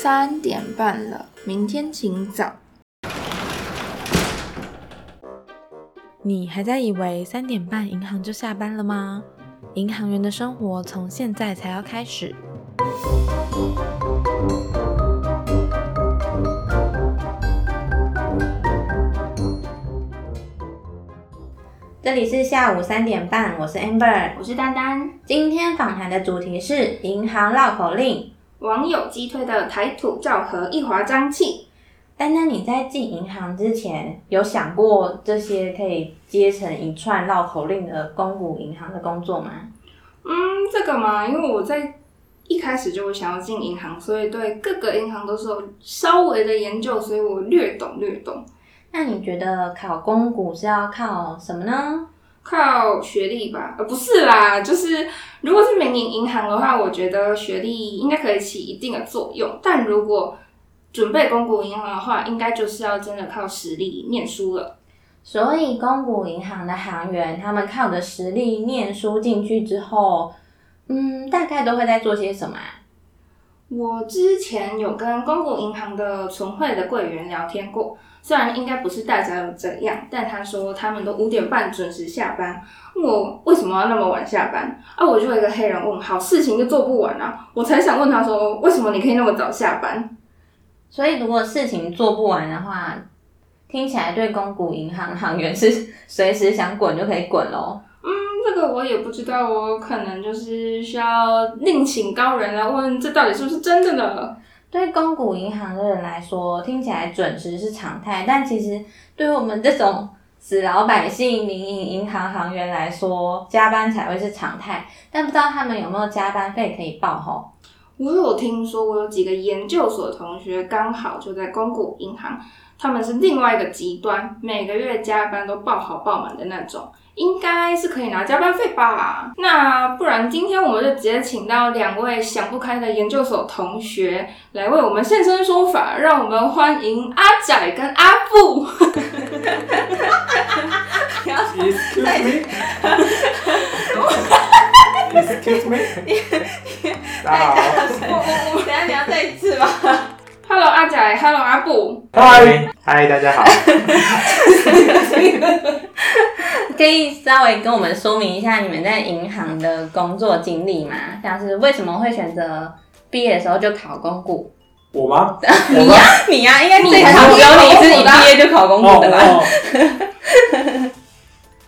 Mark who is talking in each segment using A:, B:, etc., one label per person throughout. A: 三点半了，明天请早。
B: 你还在以为三点半银行就下班了吗？银行员的生活从现在才要开始。这里是下午三点半，我是 Amber。
C: 我是丹丹。
B: 今天访谈的主题是银行绕口令。
C: 网友击推的台土照合一华瘴气，
B: 丹丹，你在进银行之前有想过这些可以接成一串绕口令的公股银行的工作吗？
C: 嗯，这个嘛，因为我在一开始就想要进银行，所以对各个银行都是有稍微的研究，所以我略懂略懂。
B: 那你觉得考公股是要靠什么呢？
C: 靠学历吧，呃，不是啦，就是如果是民营银行的话，我觉得学历应该可以起一定的作用，但如果准备公股银行的话，应该就是要真的靠实力念书了。
B: 所以公股银行的行员，他们靠着实力念书进去之后，嗯，大概都会在做些什么、啊？
C: 我之前有跟公股银行的存汇的柜员聊天过，虽然应该不是大家都这样，但他说他们都五点半准时下班。我为什么要那么晚下班？啊，我就有一个黑人问号，事情就做不完啊！我才想问他说，为什么你可以那么早下班？
B: 所以如果事情做不完的话，听起来对公股银行行员是 随时想滚就可以滚喽。
C: 嗯，这个我也不知道，我可能就是需要另请高人来问，这到底是不是真的呢？
B: 对公股银行的人来说，听起来准时是常态，但其实对我们这种死老百姓、民营银行行员来说，加班才会是常态。但不知道他们有没有加班费可以报吼？
C: 我有听说，我有几个研究所同学刚好就在公股银行，他们是另外一个极端，每个月加班都爆好爆满的那种，应该是可以拿加班费吧？那不然今天我们就直接请到两位想不开的研究所同学来为我们现身说法，让我们欢迎阿仔跟阿布。
D: Excuse me. Excuse me. 大家好。
B: 哦我等下你要再一次吗？
C: Hello 阿仔，Hello 阿布，
D: 嗨嗨，大家好。
B: 可以稍微跟我们说明一下你们在银行的工作经历吗？像是为什么会选择毕业的时候就考公股？
D: 我吗？
B: 你呀、你呀、啊应该最常只有你是一毕业就考公股的吧？
D: 哦。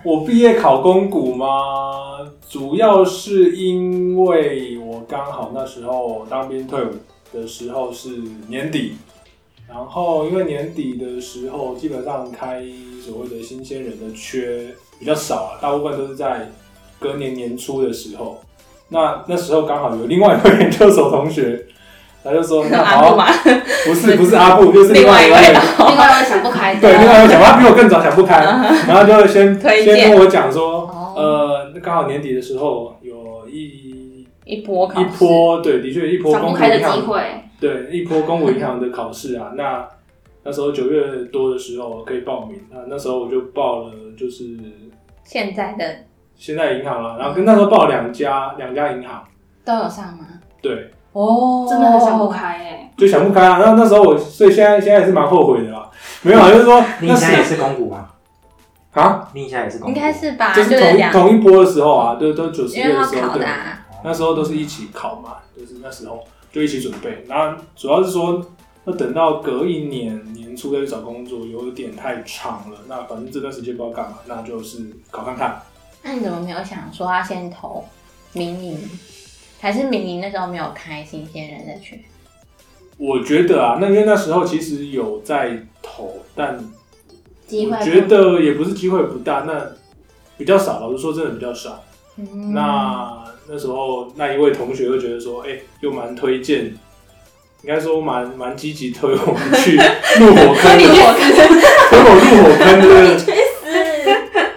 D: 我毕业考公股吗？主要是因为我刚好那时候当兵退伍的时候是年底，然后因为年底的时候基本上开所谓的新鲜人的缺比较少啊，大部分都是在隔年年初的时候。那那时候刚好有另外一位研究所同学，他就 说：“ 那
B: 阿布
D: 哦好，
B: 嘛，
D: 不是不是阿布，就是
B: 另
D: 另
B: 外
D: 外
B: 一
D: 一
B: 位
D: 位。”
B: 老
A: 另外我想不开的，
D: 对，另外有想法比我更早想不开，然后就先
B: 嗯 推荐
D: 先跟我讲说
B: 哦，
D: 呃，刚好年底的时候有一
B: 一波考
D: 一
B: 试，
D: 波，对，的确一波
C: 想
D: 公
C: 不
D: 股
C: 开的
D: 银
C: 机
D: 行，
C: 会。
D: 对，一波公股银行的考试啊，那那时候九月多的时候可以报名，那那时候我就报了，就是
B: 现在的
D: 现在银行啊，然后跟那时候报了两家两家银行，
B: 都有上吗？
D: 对，
B: 哦
C: 真的很想不。开哎、
D: 就想不开啊，然后那时候我，所以现在现在也是蛮后悔的啦，没有啊，就是说
E: 你
D: 那
E: 以前也
D: 时
E: 是公股吗？
D: 啊，
E: 你以前也是公
B: 应
E: 股？
B: 该啊是吧，
D: 就是是同一
B: 两，
D: 同一波的时候啊，对，都九十
B: 因
D: 月
B: 为
D: 的
B: 他
D: 时候，
B: 考
D: 对
B: 的。啊，
D: 那时候都是一起考嘛，就是那时候就一起准备。那主要是说，那等到隔一年年初再去找工作，有点太长了。那反正这段时间不知道干嘛，那就是考看看。
B: 那你怎么没有想说要先投民营？还是民营那时候没有开新鲜人的群？
D: 我觉得啊，那因为那时候其实有在投，但
B: 机会
D: 我觉得也不是机会不大，那比较少。老实说，真的比较少。
B: 嗯
D: 那那时候那一位同学就觉得说，哎、又蛮推荐，应该说蛮蛮积极推我们去入火 坑
B: 你
D: 的，
B: 我看
D: 推我入火坑的。
B: 是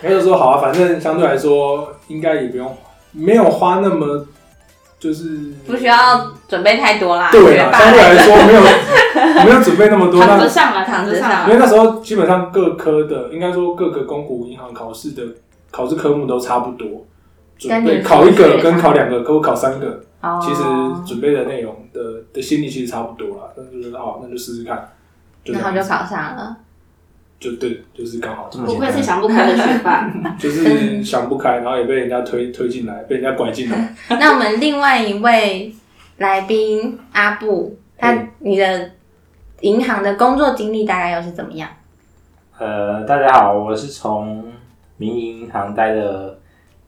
D: 他就说好啊，反正相对来说应该也不用，没有花那么就是
B: 不需要准备太多啦，
D: 对
B: 学
D: 啊，
B: 霸
D: 相对来说没 有没有准备那么多，
C: 躺
D: 那
C: 着上啊，躺
B: 躺
C: 着
B: 着
C: 上啊
B: 上
D: 因。为那时候基本上各科的，应该说各个公股银行考试的考试科目都差不多，准
B: 跟你
D: 备
B: 们
D: 考一
B: 数学
D: 个
B: 差
D: 跟考两个，跟我考三个，
B: 哦
D: 其实准备的内容的的心理其实差不多啦，但是就是好，那就试试看，就这
B: 然后
D: 样
B: 就考上了。
D: 就对，就是刚好这么
C: 不
D: 简
C: 愧
D: 单
C: 是想不开的学霸。
D: 就是想不开，然后也被人家推推进来，被人家拐进 来。
B: 那我们另外一位来宾阿布，他
E: 嗯
B: 你的银行的工作经历大概又是怎么样？
E: 呃，大家好，我是从民营银行待了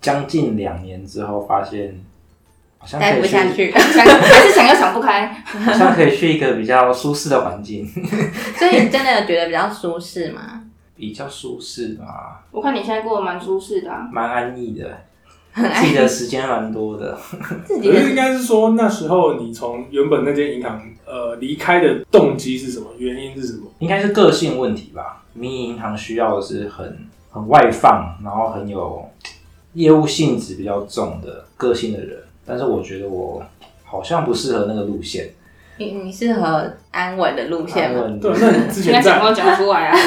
E: 将近两年之后，发现好像
B: 待
E: 可
B: 不
E: 以
B: 下去，
E: 去，
C: 想还是想要想不开，
E: 好像可以去一个比较舒适的环境，
B: 所以你真的有觉得比较舒适吗？
E: 比较舒适嘛，
C: 我看你现在过得蛮舒适的、啊。
E: 蛮安逸的，
B: 很
E: 自己
B: 爱
E: 的时间蛮多的。
B: 自己
D: 可是
B: 的
D: 应该是说那时候你从原本那间银行呃离开的动机是什么？原因是什么？
E: 应该是个性问题吧。民营银行需要的是很很外放，然后很有业务性质比较重的个性的人，但是我觉得我好像不适合那个路线，
B: 你你适合安稳的路线
E: 安
B: 吗？
E: 稳
D: 对，那你之
C: 现在
D: 前
C: 讲
D: 在
C: 都讲出来啊，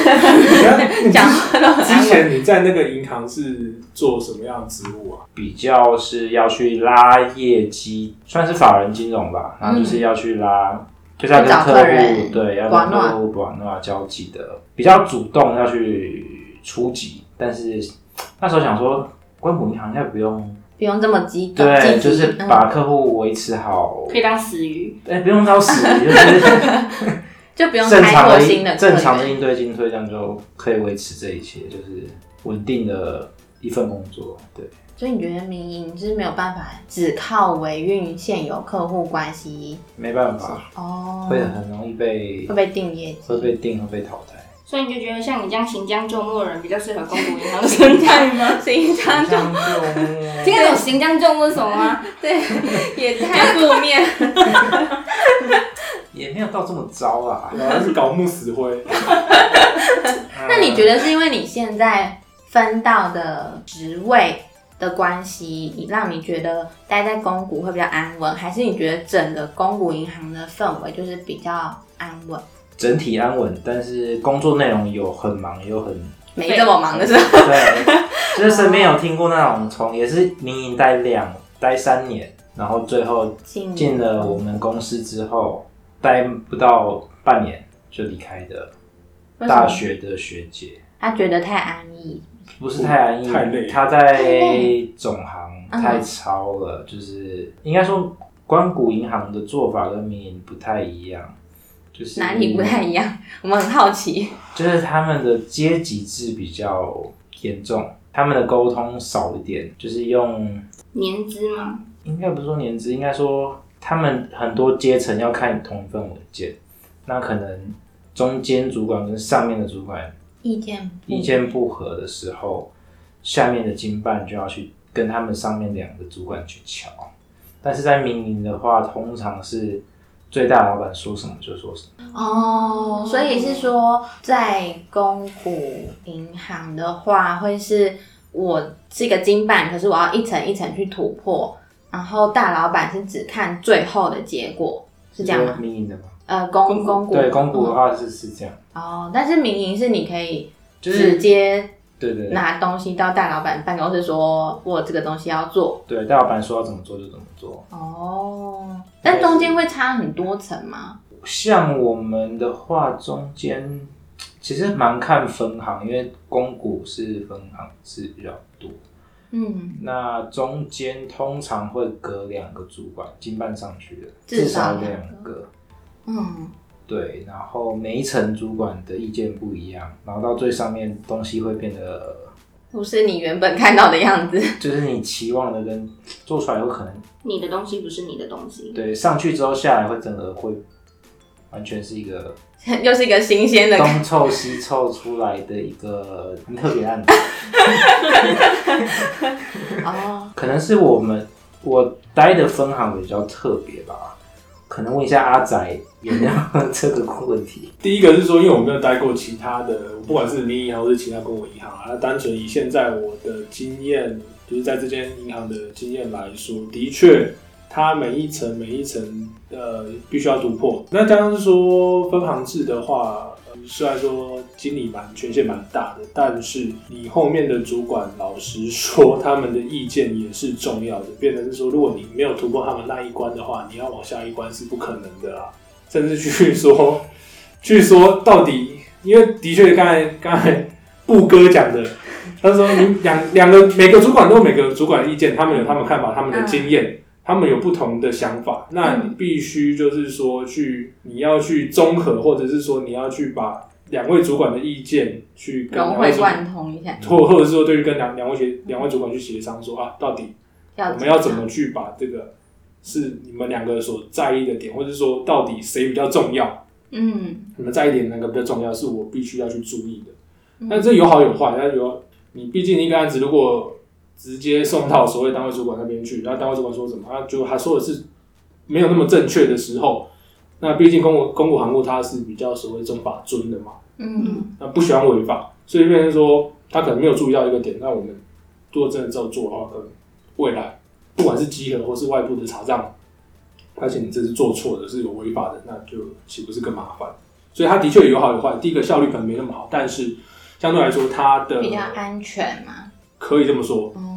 D: 你
B: 讲话都很
D: 之
B: 安稳。
D: 前你在那个银行是做什么样的职务啊？
E: 比较是要去拉业绩，算是法人金融吧，然后就是要去拉，就是要跟
B: 嗯找
E: 客
B: 客人
E: 户对，要
B: 玩
E: 跟
B: 闹
E: 客户玩闹交际的，比较主动要去出击，但是那时候想说，关谷银行应该不用，
B: 不用这么激动，
E: 对，
B: 积极
E: 就是
B: 嗯
E: 把客户维持好，
C: 可以当死鱼。
E: 哎、不用到死，就是
B: 就不用
E: 正
B: 开
E: 常
B: 拓
E: 的
B: 新的
E: 正常
B: 客
E: 的
B: 源
E: 应对进退，这样就可以维持这一切，就是稳定的一份工作，对。
B: 所以你觉得民营是没有办法只靠维运现有客户关系
E: 没办法，
B: 哦，
E: 会很容易被
B: 会被定业绩，
E: 会被定会被淘汰。
C: 所以你就觉得像你这样行将就木的人比较适合公股银行的生 态吗？
B: 行
E: 啊
B: 商就
E: 就
C: 听得懂行将就木是什么啊吗？
B: 对，也太负面。
E: 也没有到这么糟啊啦。
D: 然啊后是搞木死灰， 啊
B: 那你觉得是因为你现在分到的职位的关系，你让你觉得待在公股会比较安稳，还是你觉得整个公股银行的氛围就是比较安稳，
E: 整体安稳，但是工作内容有很忙，有很
B: 没这么 忙的时候？
E: 对，就是身边有听过那种从也是民营待两待三年，然后最后
B: 进
E: 进了我们公司之后，待不到半年就离开的
B: 为什么
E: 大学的学姐，
B: 他觉得太安逸，
E: 不是太安逸，
D: 太累
E: 她
B: 太累
E: 在总行
B: 嗯
E: 太超了，就是应该说关谷银行的做法跟民营不太一样，就是
B: 哪里不太一样？ 我们很好奇。
E: 就是他们的阶级制比较严重，他们的沟通少一点，就是用
C: 年资吗？
E: 应该不是说年资，应该说他们很多阶层要看同一份文件，那可能中间主管跟上面的主管
B: 意见不
E: 意见不合的时候，下面的经办就要去跟他们上面两个主管去瞧。但是在民营的话，通常是最大老板说什么就说什么，
B: 哦，所
E: 嗯
B: 以是说在公股银行的话，会是我是一个金办，可是我要一层一层去突破，然后大老板是只看最后的结果，是这样吗？
E: 民营的嘛，
B: 呃，公公股
E: 对，公股的
B: 嗯
E: 话是是这样，
B: 哦，但是民营是你可以
E: 就是
B: 直接
E: 对对对
B: 拿东西到大老板办公室说，我有这个东西要做，
E: 对，大老板说要怎么做就怎么做。
B: 哦，但中间会差很多层吗？
E: 像我们的话，中间其实蛮看分行，因为公股是分行制比较多。
B: 嗯，
E: 那中间通常会隔两个主管，经办上去的
B: 至
E: 至
B: 少两
E: 少
B: 个
E: 两个。
B: 嗯，
E: 对，然后每一层主管的意见不一样，然后到最上面东西会变得，
B: 不是你原本看到的样子。
E: 就是你期望的跟做出来有可能
C: 你的东西不是你的东西，
E: 对上去之后下来会整个会完全是一个
B: 又是一个新鲜的感
E: 东凑西凑出来的一个很特别案子，
B: 哦，
E: 可能是我们我待的分行比较特别吧，可能问一下阿仔有没有这个问题？
D: 第一个是说，因为我没有待过其他的，不管是民营银行或是其他公有银行啊，那单纯以现在我的经验，就是在这间银行的经验来说，的确，它每一层每一层呃必须要突破。那加上是说分行制的话，呃虽然说经理蛮权限蛮大的，但是你后面的主管，老实说，他们的意见也是重要的。变成是说，如果你没有突破他们那一关的话，你要往下一关是不可能的啦。甚至去说，去说到底，因为的确刚才刚才布哥讲的，他说你两两个每个主管都有每个主管的意见，他们有他们看法，他们的经验。他们有不同的想法，那
B: 嗯
D: 你必须就是说去，你要去综合，或者是说你要去把两位主管的意见去跟
B: 融
D: 两位
B: 会
D: 主
B: 贯通一下，
D: 或或者是说对于跟两两位协两位主管去协商说啊，到底
B: 要
D: 我们要怎么去把这个是你们两个所在意的点，或者是说到底谁比较重要，
B: 嗯，
D: 你们在意点哪个比较重要，是我必须要去注意的。
B: 嗯
D: 但这有好有坏，那有你毕竟一个案子如果直接送到所谓单位主管那边去，那单位主管说什么，他就他说的是没有那么正确的时候，那毕竟公股公股行务它是比较所谓重法尊的嘛。
B: 嗯
D: 那不喜欢违法，所以变成说他可能没有注意到一个点。那我们如果真的照做的话，可能未来不管是集合或是外部的查账，发现你这是做错的，是有违法的，那就岂不是更麻烦？所以它的确有好有坏。第一个效率可能没那么好，但是相对来说，它的
B: 比较安全嘛，
D: 可以这么说，
B: 嗯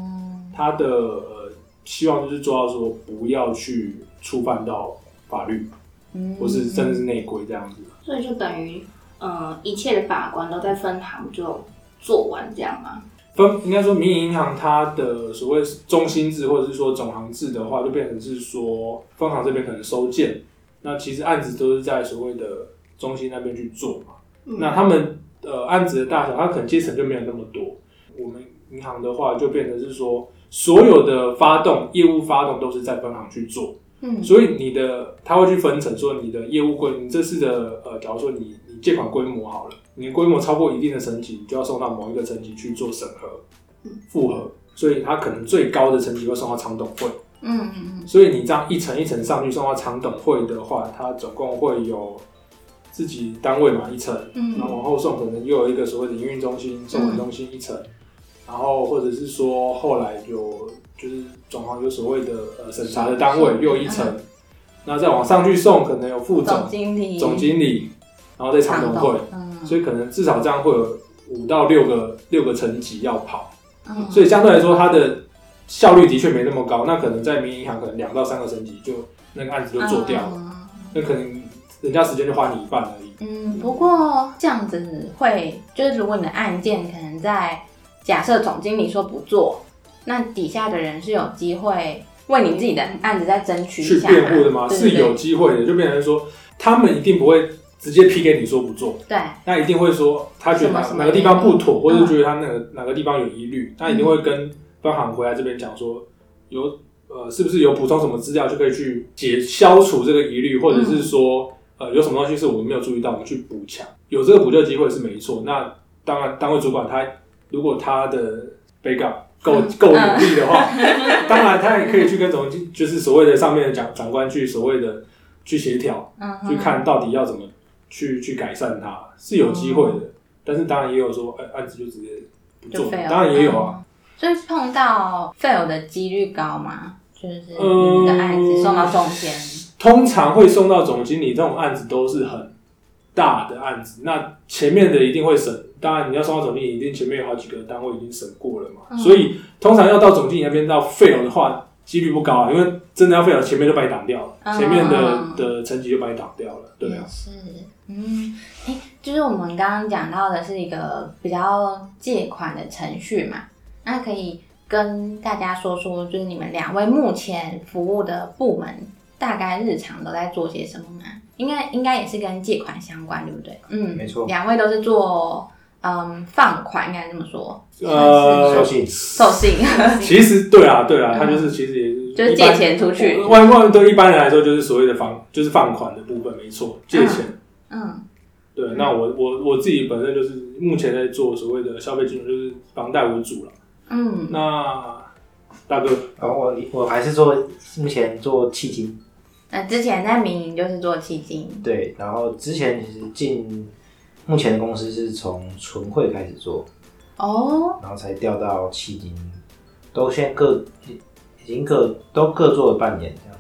D: 它的呃希望就是做到说不要去触犯到法律，
B: 嗯，
D: 或是甚至是内规这样子。
C: 所以就等于，呃，一切的把关都在分行就做完这样吗？
D: 分应该说，民营银行它的所谓中心制或者是说总行制的话，就变成是说分行这边可能收件，那其实案子都是在所谓的中心那边去做嘛。
C: 嗯
D: 那他们呃案子的大小，它可能阶层就没有那么多。我们银行的话，就变成是说所有的发动业务发动都是在分行去做。
B: 嗯
D: 所以你的它会去分成说你的业务规，你这次的呃，假如说你你借款规模好了，你的规模超过一定的层级，你就要送到某一个层级去做审核
C: 嗯、
D: 复核，所以它可能最高的层级会送到常董会，
B: 嗯嗯
D: 所以你这样一层一层上去送到常董会的话，它总共会有自己单位嘛一层，
B: 嗯
D: 然后往后送可能又有一个所谓的营运中心、送款中心一层，然后或者是说后来有就是总行有所谓的呃审查的单位又一层，那再往上去送可能有副
B: 嗯，总
D: 总、
B: 经理，
D: 总经理，然后再常
B: 常
D: 董
B: 董
D: 会，，
B: 嗯，
D: 所以可能至少这样会有五到六个六个层级要跑，
B: 嗯
D: 所以相对来说它的效率的确没那么高，那可能在民营银行可能两到三个层级就那个案子就做掉了，
B: 嗯
D: 那可能人家时间就花你一半而已。
B: 嗯，不过这样子会，就是如果你的案件可能在假设总经理说不做，那底下的人是有机会为你自己的案子再争取
D: 去
B: 一下
D: 辩护的吗？
B: 对
D: 是有机会的，就变成说他们一定不会直接批给你说不做，
B: 对，
D: 那一定会说他觉得哪
B: 什么什么
D: 哪个地方不妥，或
B: 原因
D: 者觉得他哪个哪个地方有疑虑，那一定会跟分行回来这边讲说有呃是不是有补充什么资料就可以去解消除这个疑虑，或者是说呃有什么东西是我们没有注意到，我们去补强，有这个补救机会是没错。那当然，单位主管他如果他的被告够够努力的话，当然他也可以去跟总经，就是所谓的上面的长长官去所谓的去协调，
B: 嗯哼，
D: 去看到底要怎么去去改善它，是有机会的。但是当然也有说，哎、案子就直接不
B: 嗯就嗯
D: 做，
B: fail，
D: 当然也有啊。
B: 所以碰到 fail 的几率高吗？就是你
D: 嗯
B: 的案子送到中间，
D: 通常会送到总经理这种案子都是很大的案子，那前面的一定会审。当然，你要送到总经理，一定前面有好几个单位已经审过了嘛，
B: 嗯
D: 所以通常要到总经理那边到 fail 的话，几率不高啊，因为真的要 fail，前面就把你挡掉了，
B: 嗯
D: 前面的的成绩就把你挡掉了，对啊
B: 也。是，嗯，哎、就是我们刚刚讲到的是一个比较借款的程序嘛，那可以跟大家说说，就是你们两位目前服务的部门大概日常都在做些什么吗？应该应该也是跟借款相关，对不对？嗯，
E: 没错
B: 两位都是做嗯放款，应该这么说，
D: 呃
E: 收信
B: 授信，
D: 其实对啊，对啊，他就是其实也是
B: 嗯就是
D: 一般
B: 借钱出去，
D: 外贸对一般人来说就是所谓的放，就是放款的部分，没错，借钱。
B: 嗯
D: 对，那我我我自己本身就是目前在做所谓的消费金融，就是房贷为主了。
B: 嗯，
D: 那大哥，
E: 然后我我还是做目前做迄今
B: 那之前在民营就是做基金，
E: 对，然后之前其实进目前的公司是从纯汇开始做，
B: 哦，
E: 然后才调到迄今，都现在各已经各都各做了半年这样。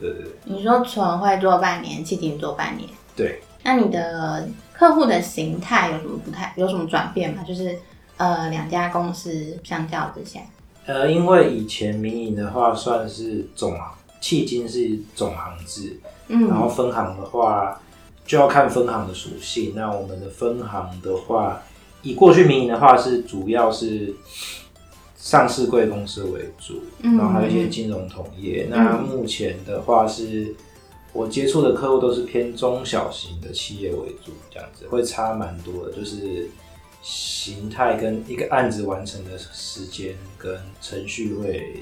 E: 对对对，
B: 你说存会做半年，基金做半年，
E: 对。
B: 那你的客户的形态有什么不太有什么转变吗？就是呃，两家公司相较之下，
E: 呃，因为以前民营的话算是总行，迄今是总行制，然后
B: 嗯
E: 分行的话就要看分行的属性。那我们的分行的话，以过去民营的话是主要是上市贵公司为主，
B: 嗯
E: 然后还有一些金融同业。那目前的话是。我接触的客户都是偏中小型的企业为主，这样子会差蛮多的，就是形态跟一个案子完成的时间跟程序会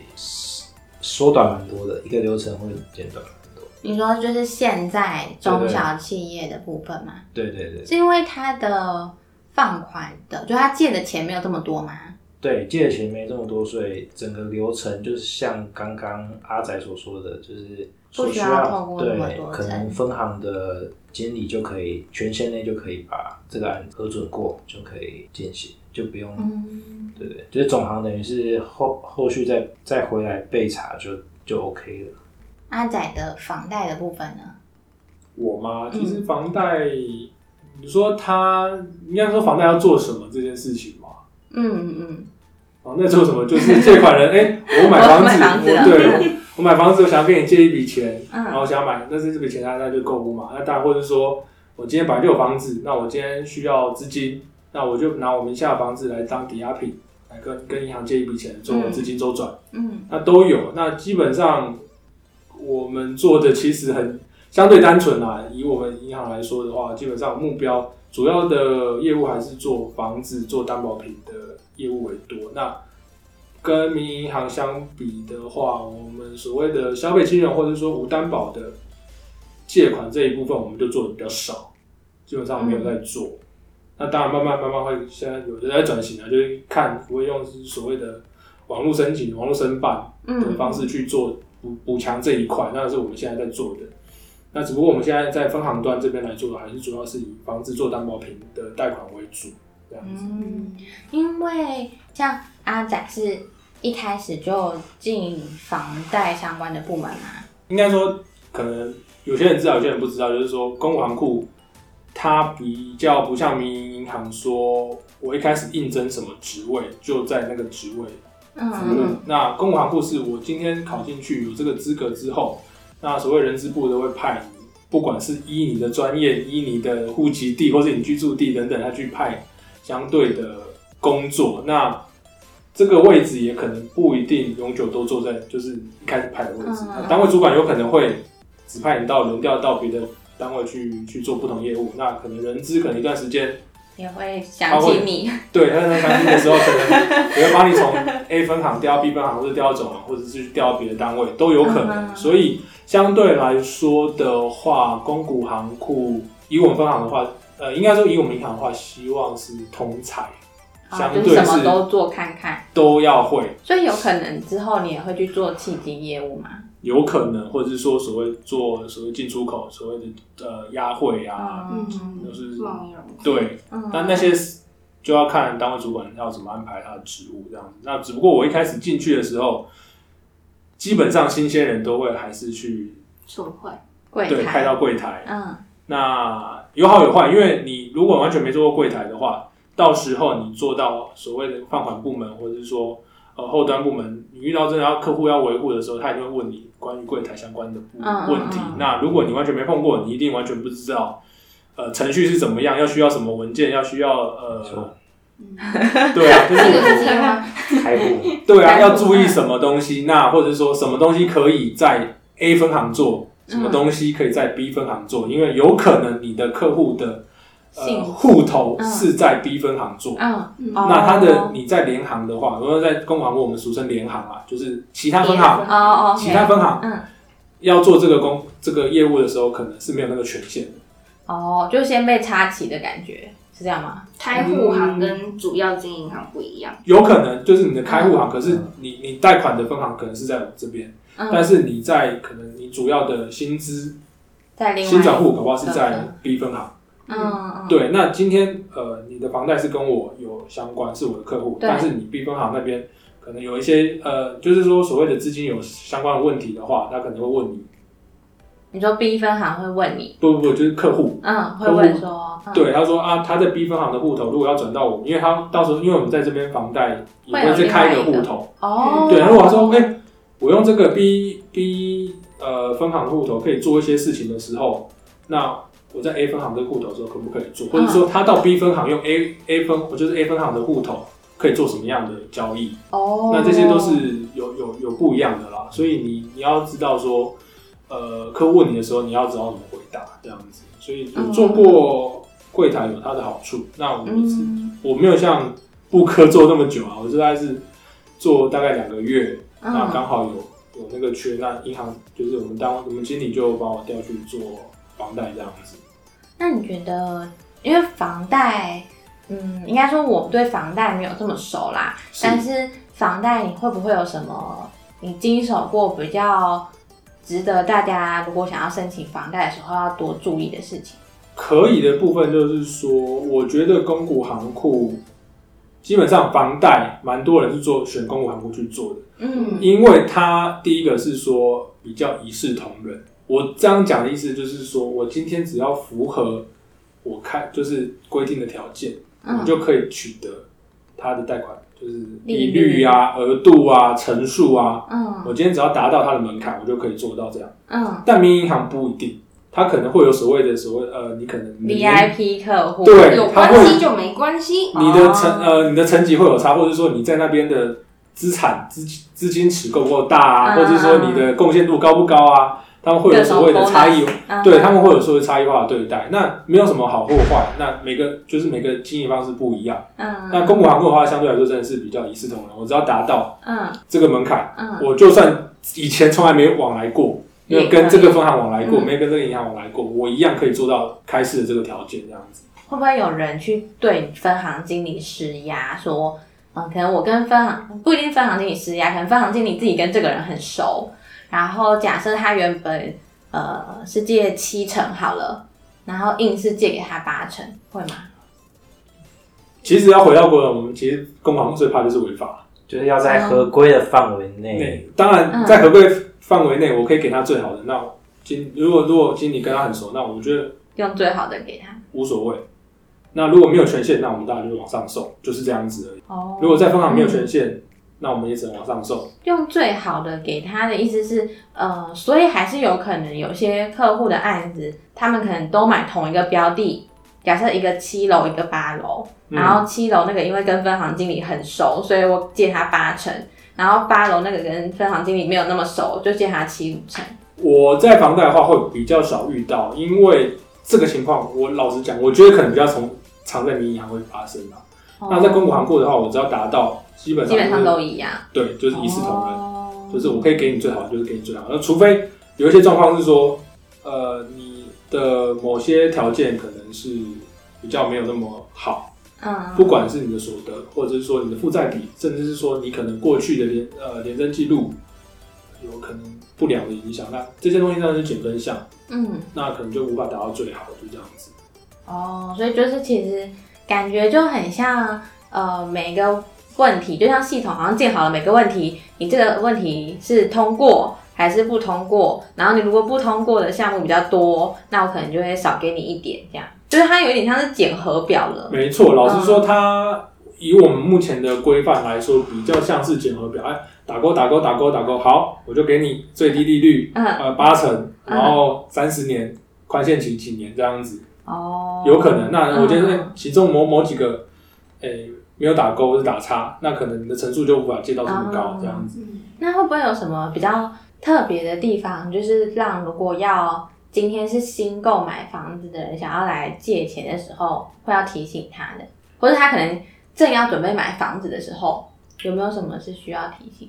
E: 缩短蛮多的，一个流程会减短蛮多。
B: 你说就是现在中
E: 对对
B: 小企业的部分吗？
E: 对对对
B: 是因为它的放款的，就他借的钱没有这么多吗？
E: 对，借的钱没这么多，所以整个流程就是像刚刚阿仔所说的，就是所
B: 不
E: 需
B: 需要透过那么
E: 对
B: 多，
E: 可能分行的经理就可以权限内就可以把这个案核准过，就可以进行，就不用、
B: 嗯，
E: 对对，就是总行等于是后后续再再回来备查就就 OK 了。
B: 阿仔的房贷的部分呢？
D: 我吗？
B: 嗯
D: 其实房贷，你说他应该说房贷要做什么这件事情嘛？
B: 嗯嗯
D: 房贷哦做什么？就是借 款人，哎、我买
B: 我
D: 房
B: 买
D: 子，
B: 房子
D: 我
B: 了
D: 对，我买房子，我想要跟你借一笔钱，
B: 嗯
D: 然后想买，但是这笔钱他那就购物嘛。那当然，或者说我今天本来就有房子，那我今天需要资金，那我就拿我名下的房子来当抵押品，来跟跟银行借一笔钱做资金周转。
B: 嗯
D: 那都有。那基本上我们做的其实很相对单纯啦。以我们银行来说的话，基本上目标主要的业务还是做房子、做担保品的业务为多。那跟民营银行相比的话，我们所谓的消费金融或者说无担保的借款这一部分，我们就做的比较少，基本上没有在做。那当然，慢慢慢慢会，现在有的在转型啊，就是看不会用是所谓的网络申请、网络申办的
B: 嗯，
D: 方式去做补补强这一块，那是我们现在在做的。那只不过我们现在在分行端这边来做的，还是主要是以房子做担保品的贷款为主，这样子。
B: 嗯，因为像阿仔是一开始就进房贷相关的部门嘛，
D: 应该说，可能有些人知道，有些人不知道，就是说公股行库它比较不像民营银行说。我一开始应征什么职位，就在那个职位
B: 嗯
D: 服务
B: 嗯
D: 那公务行库是我今天考进去有这个资格之后，那所谓人事部都会派你，不管是依你的专业、依你的户籍地或是你居住地等等，他去派相对的工作。那这个位置也可能不一定永久都坐在就是一开始派的位置，
B: 嗯
D: 那单位主管有可能会指派你到轮调到别的单位去去做不同业务。那可能人资可能一段时间
B: 也会想起你，
D: 对，他在当兵的时候，可能也会帮你从 A 分行调到 B 分行，或者调到总行，或者是调到别的单位，都有可
B: 嗯哼
D: 能。所以相对来说的话，公股行库以我们分行的话，呃，应该说以我们银行的话，希望是通才，
B: 啊，
D: 相
B: 就
D: 对
B: 是什么
D: 是
B: 都做看看，
D: 都要会，
B: 所以有可能之后你也会去做契机业务嘛，
D: 有可能，或者是说所谓做所谓进出口，所谓的呃押汇啊，
B: 嗯
D: 都是
C: 梦游。
D: 对
B: 嗯，
D: 但那些就要看单位主管要怎么安排他的职务这样子。那只不过我一开始进去的时候，基本上新鲜人都会还是去
C: 纯会，
B: 柜
D: 对派
B: 台，
D: 到柜台。
B: 嗯
D: 那有好有坏，因为你如果完全没做过柜台的话，到时候你做到所谓的放款部门，或者是说呃后端部门，你遇到真的要客户要维护的时候，他一定会问你关于柜台相关的部
B: 嗯
D: 问题。
B: 嗯嗯
D: 那如果你完全没碰过，你一定完全不知道。呃，程序是怎么样？要需要什么文件？要需要
E: 没错
D: 呃，
C: 嗯
D: 对 啊，就是
C: 这个是这个吗？
E: 开户。
D: 对啊，
B: 单独
D: 要注意什么东西？那或者说什么东西可以在 A 分行做，
B: 嗯
D: 什么东西可以在 B 分行做？因为有可能你的客户的
B: 姓
D: 呃户头
B: 嗯
D: 是在 B 分行做，
B: 嗯，
C: 嗯
B: 哦
D: 那他的你在联行的话，如果在工行我们俗称联行啊，就是其他分行，
B: 哦哦，
D: 其他分行
B: 嗯
D: 要做这个工这个业务的时候，可能是没有那个权限的。
B: 哦，就先被插旗的感觉是这样吗？
C: 开户行跟主要经营行不一样，
D: 有可能就是你的开户行，可是你你贷款的分行可能是在我这边，
B: 嗯，
D: 但是你在可能你主要的薪资
B: 在另外
D: 新转户搞不好是
B: 嗯
D: 在 B 分行。
B: 嗯嗯，
D: 对，那今天呃，你的房贷是跟我有相关，是我的客户，
B: 对
D: 但是你 B 分行那边可能有一些呃，就是说所谓的资金有相关的问题的话，他可能会问你
B: 你说 B 分行会问你，
D: 不不不，就是客户。
B: 嗯，会问说，嗯、
D: 对，他说啊，他在 B 分行的户头，如果要转到我们，因为他到时候，因为我们在这边房贷也
B: 会有
D: 会是开一个
B: 另外一个
D: 户头，
B: 哦，
D: 对。如果他说，哎、我用这个 B B 呃分行户头可以做一些事情的时候，那我在 A 分行这个户头的时候可不可以做？或者
B: 嗯
D: 说他到 B 分行用 A A 分，我就是 A 分行的户头可以做什么样的交易？
B: 哦，
D: 那这些都是有有有不一样的啦，所以你你要知道说，呃，客户问你的时候，你要知道怎么回答这样子。所以有做过柜台有它的好处。那我是、
B: 嗯
D: 我没有像布科做那么久啊，我大概是做大概两个月，那
B: 嗯
D: 刚好有有那个缺，那银行就是我们单位我们经理就把我调去做房贷这样子。
B: 那你觉得，因为房贷，嗯，应该说我对房贷没有这么熟啦，
D: 是
B: 但是房贷你会不会有什么你经手过比较值得大家如果想要申请房贷的时候要多注意的事情？
D: 可以的部分就是说，我觉得公股行库基本上房贷蛮多人是做选公股行库去做的，
B: 嗯
D: 因为它第一个是说比较一视同仁。我这样讲的意思就是说，我今天只要符合我开就是规定的条件，我
B: 嗯
D: 就可以取得它的贷款，就是利
B: 利率
D: 率啊、额度啊、层数啊。
B: 嗯
D: 我今天只要达到它的门槛，我就可以做到这样。
B: 嗯
D: 但民营银行不一定，它可能会有所谓的所谓呃，你可能每年
B: ，VIP 客户
D: 对
C: 有
D: 他
C: 关
D: 会
C: 系就没关系。
D: 你的层
B: 哦
D: 呃你的层级会有差，或者说你在那边的资产资资金池够不够大
B: 嗯
D: 啊，或者说你的贡献度高不高啊，他们会有所谓的差异，
B: 嗯
D: 对他们会有所谓差异化的对待。那没有什么好或坏，那每个就是每个经营方式不一样。
B: 嗯
D: 那公股行库的话，相对来说真的是比较一视同仁，我只要达到
B: 嗯
D: 这个门槛，
B: 嗯
D: 我就算以前从来没往来过。没有
B: 也可
D: 跟
B: 以
D: 这个分行往来过，
B: 嗯
D: 没有跟这个银行往来过，我一样可以做到开市的这个条件，这样子。
B: 会不会有人去对分行经理施压，说，嗯，可能我跟分行不一定分行经理施压，可能分行经理自己跟这个人很熟，然后假设他原本呃是借七成好了，然后硬是借给他八成，会吗？
D: 其实要回到国人，我们其实公行最怕就是违法。
E: 就是要在合规的范围内
D: 内，当然
B: 嗯
D: 在合规范围内，我可以给他最好的。那经如果如果经理跟他很熟，那我觉得
B: 用最好的给他。
D: 无所谓。那如果没有权限，那我们当然就是往上送，就是这样子而已。
B: 哦
D: 如果在分行没有权限，那我们也只能往上送。
B: 用最好的给他的意思是，呃，所以还是有可能有些客户的案子，他们可能都买同一个标的，假设一个七楼，一个八楼，
D: 嗯
B: 然后七楼那个因为跟分行经理很熟，所以我借他八成，然后八楼那个跟分行经理没有那么熟，就借他七成。
D: 我在房贷的话会比较少遇到，因为这个情况，我老实讲，我觉得可能比较从常在民营银行会发生吧。那在公股行库的话，我只要达到基本上
B: 哦基本上
D: 就是
B: 都一样，
D: 对，就是一视同仁。
B: 仁
D: 就是我可以给你最好的，就是给你最好的。那除非有一些状况是说，呃，你的某些条件可能是比较没有那么好，
B: 嗯，
D: 不管是你的所得，或者是说你的负债比，甚至是说你可能过去的连呃连征记录有可能不良的影响，那这些东西当然是减分项，
B: 嗯。
D: 那可能就无法达到最好，就这样子。
B: 哦，所以就是其实感觉就很像呃每个问题，就像系统好像建好了每个问题，你这个问题是通过还是不通过，然后你如果不通过的项目比较多，那我可能就会少给你一点这样，就是它有点像是检核表了。
D: 没错，老实说，它以我们目前的规范来说，比较像是检核表，哎，打勾打勾打勾打勾，好，我就给你最低利率。
B: 嗯，
D: 呃八成，
B: 嗯
D: 然后三十年宽限期几年这样子，
B: 哦，
D: 有可能。那我觉得
B: 嗯
D: 哎其中某某几个，诶、没有打勾或者打叉，那可能你的层数就无法借到这么高
B: 嗯
D: 这样子。
B: 那会不会有什么比较特别的地方？就是让如果要今天是新购买房子的人想要来借钱的时候，会要提醒他的，或者他可能正要准备买房子的时候，有没有什么是需要提醒？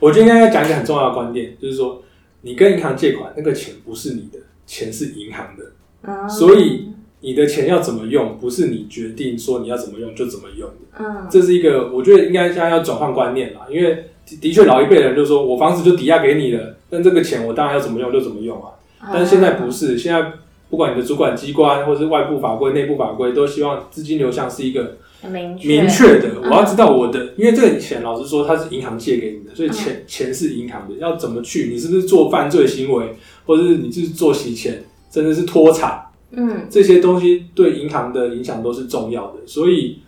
D: 我今天要讲一个很重要的观点，就是说你跟银行借款，那个钱不是你的，钱是银行的，
B: 嗯，
D: 所以你的钱要怎么用，不是你决定说你要怎么用就怎么用的。
B: 嗯，
D: 这是一个，我觉得应该现在要转换观念啦，因为的的确老一辈人就说我房子就抵押给你了，但这个钱我当然要怎么用就怎么用啊。
B: 哦
D: 但是现在不
B: 是，
D: 是，现在不管你的主管机关或是外部法规、内部法规，都希望资金流向是一个
B: 明确
D: 明确的。
B: 嗯
D: 我要知道我的，因为这个钱老
B: 嗯
D: 实说它是银行借给你的，所以钱钱是银行的，要怎么去？你是不是做犯罪行为，或者是你是做息前，甚至是脱产，
B: 嗯
D: 这些东西对银行的影响都是重要的。所以，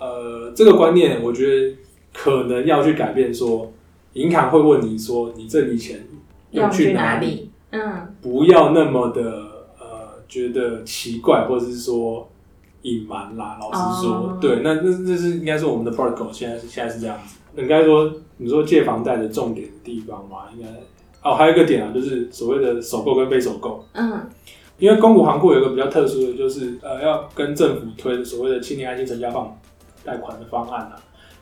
D: 呃，这个观念我觉得可能要去改变说，银行会问你说你这笔钱
B: 用去
D: 去
B: 哪
D: 里？
B: 里？嗯
D: 不要那么的呃觉得奇怪，或者是说隐瞒啦。老实说，
B: 哦
D: 对，那那这是应该是我们的 protocol，现在是现在是这样子。应该说，你说借房贷的重点的地方嘛，应该哦，还有一个点啊，就是所谓的首购跟被首购。
B: 嗯
D: 因为公股行库有一个比较特殊的，就是呃，要跟政府推所谓的青年安心成家放贷款的方案啊。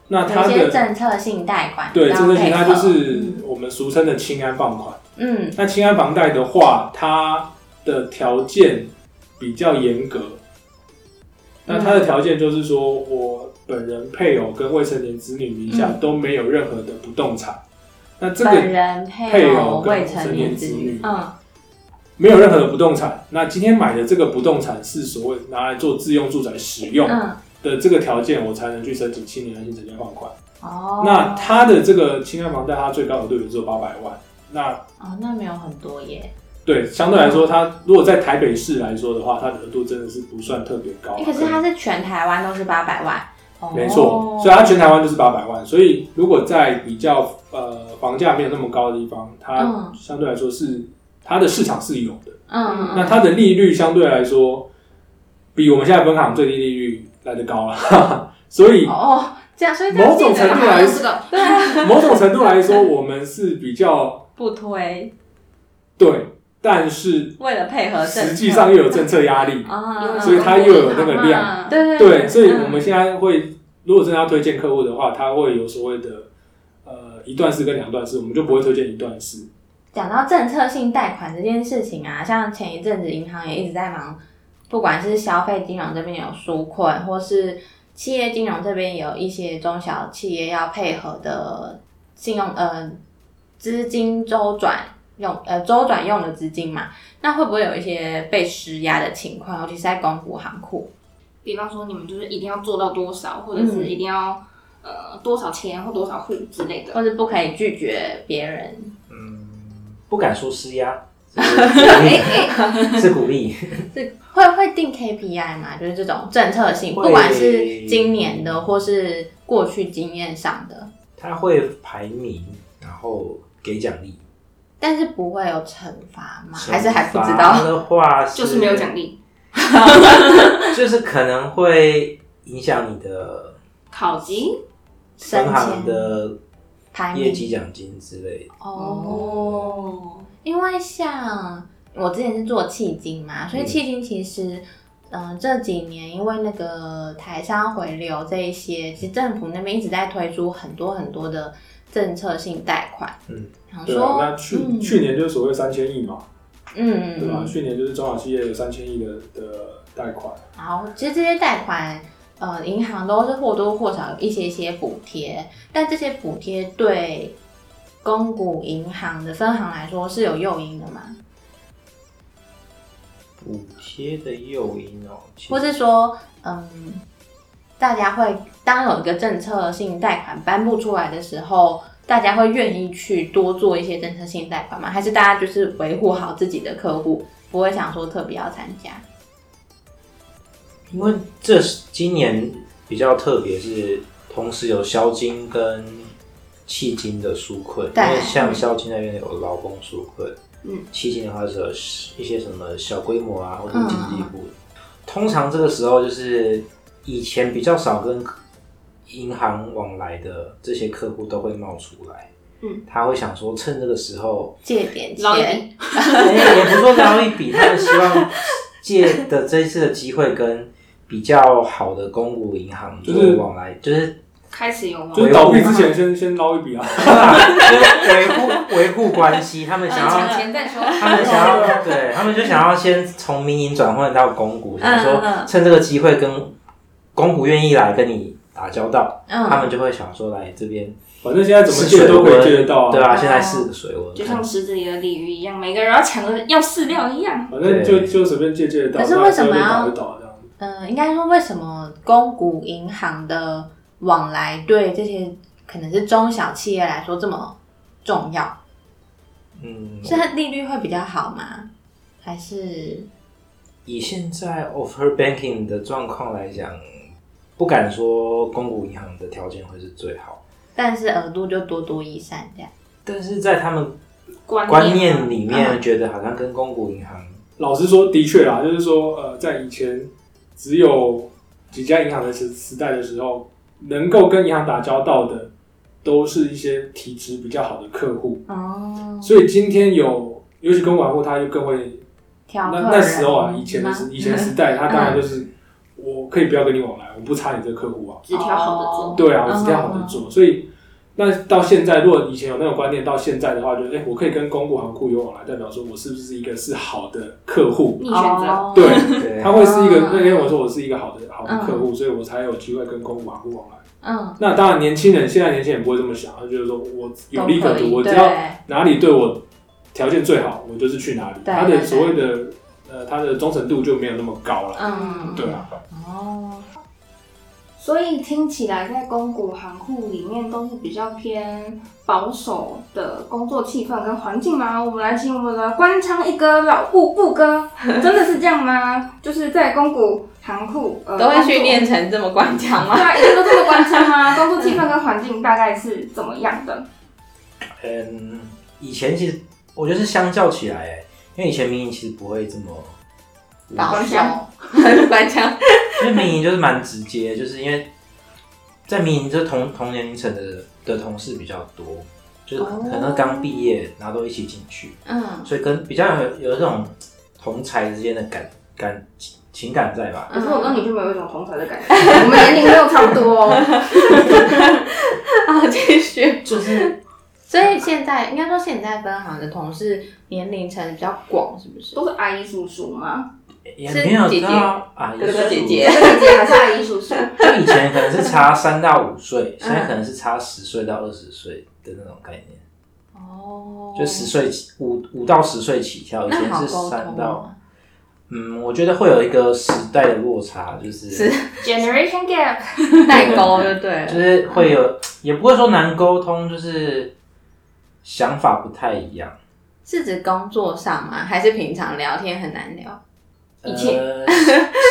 D: 那
B: 有
D: 它
B: 一些
D: 的
B: 政策性贷款，
D: 对
B: 然后
D: 政策形
B: 配
D: 态就
B: 合
D: 是
B: 嗯
D: 我们俗称的青安放款。
B: 嗯
D: 那清安房贷的话，它的条件比较严格。那它的条件就是说，我本人配偶跟未成年子女名下都没有任何的不动产。那这
B: 嗯本
D: 个
B: 人配
D: 配
B: 偶
D: 偶跟
B: 未
D: 未
B: 成
D: 成
B: 年
D: 年
B: 子
D: 子
B: 女
D: 女，
B: 嗯
D: 没有任何的不动产，那今天买的这个不动产是所谓拿来做自用住宅使用
B: 嗯
D: 的这个条件，我才能去申请青年安心成家放款。
B: 哦，
D: 那它的这个青安房贷，它最高额度也只有八百万。那
B: 哦那没有很多耶，
D: 对，相对来说，它如果在台北市来说的话，它的额度真的是不算特别高。啊
B: 诶可是它是全台湾都是八百万，哦
D: 没错，所以它全台湾就是八百万。所以如果在比较呃房价没有那么高的地方，它
B: 嗯
D: 相对来说是它的市场是有的。
B: 嗯
D: 那它的利率相对来说比我们现在分行最低利率来得高了， 所以
B: 哦这样，所以这样
D: 某种程
C: 好
D: 度
C: 像
D: 来
C: 是个
B: 对啊
D: 某种程度来说，我们是比较
B: 不推，
D: 对，但是
B: 为了配合政策，
D: 实际上又有政策压力。
B: 啊，
C: 嗯
D: 所以它又有那个量
C: 啊
B: 对
D: 对，
B: 对，
D: 所以
B: 嗯
D: 我们现在会，如果真的要推荐客户的话，他会有所谓的呃一段式跟两段式，我们就不会推荐一段式。
B: 讲到政策性贷款这件事情啊，像前一阵子银行也一直在忙，不管是消费金融这边有纾困，或是企业金融这边也有一些中小企业要配合的信用呃资金周转用呃周转用的资金嘛，那会不会有一些被施压的情况？尤其是在公股行库，
C: 比方说你们就是一定要做到多少，或者是一定要、呃多少钱或多少户之类的。
B: 或是不可以拒绝别人，
E: 嗯，不敢说施压，是
B: 哎
E: 鼓励是鼓励，
B: 是会会定 KPI 嘛？就是这种政策性，
E: 会
B: 不管是今年的或是过去经验上的。
E: 他会排名，然后给奖励。
B: 但是不会有惩罚吗？
E: 惩
B: 还是还不知
E: 罚
B: 道？
E: 的话是，
C: 就是没有奖励，
E: 就是可能会影响你的
C: 考级
E: 分行
B: 升迁
E: 的
B: 排
E: 业
B: 名
E: 绩奖金之类的。
D: 嗯
B: 哦，因为像我之前是做迄金嘛，所以
E: 嗯
B: 迄金其实，嗯、这几年因为那个台商回流这一些，其实政府那边一直在推出很多很多的政策性贷款，
E: 嗯，
B: 想
D: 对啊，
B: 说，
D: 那去、
B: 嗯
D: 去年就是所谓三千亿嘛，
B: 嗯，
D: 对吧？啊去年就是中小企业有三千亿的的贷款，
B: 然后其实这些贷款，呃，银行都是或多或少有一些些补贴，但这些补贴对公股银行的分行来说是有诱因的嘛？
E: 补贴的诱因哦，其实
B: 或是说，嗯，大家会当有一个政策性贷款颁布出来的时候，大家会愿意去多做一些政策性贷款吗？还是大家就是维护好自己的客户，不会想说特别要参加？
E: 因为这是今年比较特别，是同时有销金跟迄金的纾困，因
B: 对
E: 为像销金那边有劳工纾困，
C: 嗯，
E: 迄金的话是有一些什么小规模啊或者经济部，通常这个时候就是以前比较少跟银行往来的这些客户都会冒出来，
C: 嗯，
E: 他会想说趁这个时候
B: 借点
C: 捞一
B: 钱
C: 笔，
E: 也不说捞一笔，他们希望借的这一次的机会跟比较好的公股银行做往来，就是
C: 开始有吗？
D: 就是倒闭之前先先捞一笔啊。
E: 就是维护维护关系，他们想
C: 呃
B: 啊
C: 抢
E: 要。
C: 钱再说。
E: 他们想要，对他们就想要先从民营转换到公股，想说
B: 嗯嗯
E: 趁这个机会跟公股愿意来跟你打交道，
B: 嗯，
E: 他们就会想说来这边
D: 反正现在怎么
E: 试
D: 借
E: 水
D: 都可以
E: 温，
D: 借得到
E: 对
D: 啊。
E: 啊，现在试水温，
C: 就像池子里的鲤鱼一样，每个人要抢的要饲料一样。
D: 反正就
E: 对
D: 就随便借借得到，
B: 可是为什么
D: 那
B: 要
D: 倒一倒这样？
B: 嗯，应该说为什么公股银行的往来对这些可能是中小企业来说这么重要？
E: 嗯，
B: 是它利率会比较好吗？还是
E: 以现在 offer banking 的状况来讲，不敢说公股银行的条件会是最好，
B: 但是额度就多多益善这样？
E: 但是在他们
C: 观
E: 观念里面，
C: 啊嗯
E: 觉得好像跟公股银行
D: 老实说，的确啦，就是说，呃，在以前只有几家银行的时时代的时候，能够跟银行打交道的，都是一些体质比较好的客户。
B: 哦，
D: 所以今天有，尤其跟管户，他就更会。
B: 挑
D: 那
B: 客
D: 那时候啊，
B: 人嗯
D: 以前的时
B: 吗
D: 以前时代，他当然就是我可以不要跟你往来，我不差你这个客户啊。
C: 只挑好的做。
D: 对
B: 嗯
D: 啊，我只要好的做。所以，那到现在，如果以前有那种观念，到现在的话，就是哎、我可以跟公股行库有往来，代表说我是不是一个是好的客户？
C: 你选择
B: 哦
D: 对，
E: 对
D: 他会是一个
B: 啊
D: 那天我说我是一个好的好的客户，所以我才有机会跟公股行户往来。
B: 嗯，
D: 那当然，年轻人现在年轻人不会这么想，他就是说我有利
B: 都
D: 可
B: 可以
D: 图，我只
B: 对
D: 要哪里对我条件最好，我就是去哪里。
B: 对
D: 他
B: 对
D: 的
B: 对
D: 所谓的呃，他的忠诚度就没有那么高了。
B: 嗯
D: 对啊，
B: 哦，
C: 所以听起来，在公股行库里面都是比较偏保守的工作气氛跟环境吗？我们来请我们的官腔一哥老布布 哥，真的是这样吗？就是在公股行库、呃、
B: 都会
C: 工作
B: 训练成这么官腔
C: 对
B: 吗？
C: 啊，一直都这么关心 吗？工作气氛跟环境大概是怎么样的？
E: 嗯，以前其实我觉得是相较起来、欸，因为以前民营其实不会这么，
B: 保守
C: 腔，
B: 官腔，
E: 因为民营就是蛮直接，就是因为在民营就是同同年龄层的的同事比较多，就是
B: 哦
E: 可能刚毕业，然后都一起进去，
B: 嗯
E: 所以跟比较有有这种同才之间的感感情情感 在吧。
C: 可是我跟你就没有一种同台的 感觉，我们年龄没有差不多哦。
B: 啊，继续。
E: 就是
B: 所以现在应该说，现在分行的同事年龄层比较广，是不是？
C: 都是阿姨叔叔 吗？
E: 也
B: 是
E: 没有
B: 姐姐
E: 到啊，
B: 哥哥姐姐
C: 哥哥姐还是阿姨叔叔？
E: 就以前可能是差三到五
B: 嗯
E: 岁，现在可能是差十岁到二十岁的那种概念。
B: 哦，
E: 就十岁起，五五到十岁起跳，以前
B: 那好
E: 是
B: 沟
E: 三
B: 通
E: 到，
B: 啊。
E: 嗯，我觉得会有一个时代的落差，就是
B: 是
C: Generation gap，
B: 代 沟就对
E: 就
B: 了。
E: 是会有，也不会说难沟通，就是想法不太一样。
B: 是指工作上吗？还是平常聊天很难聊？
E: 呃
C: 以前，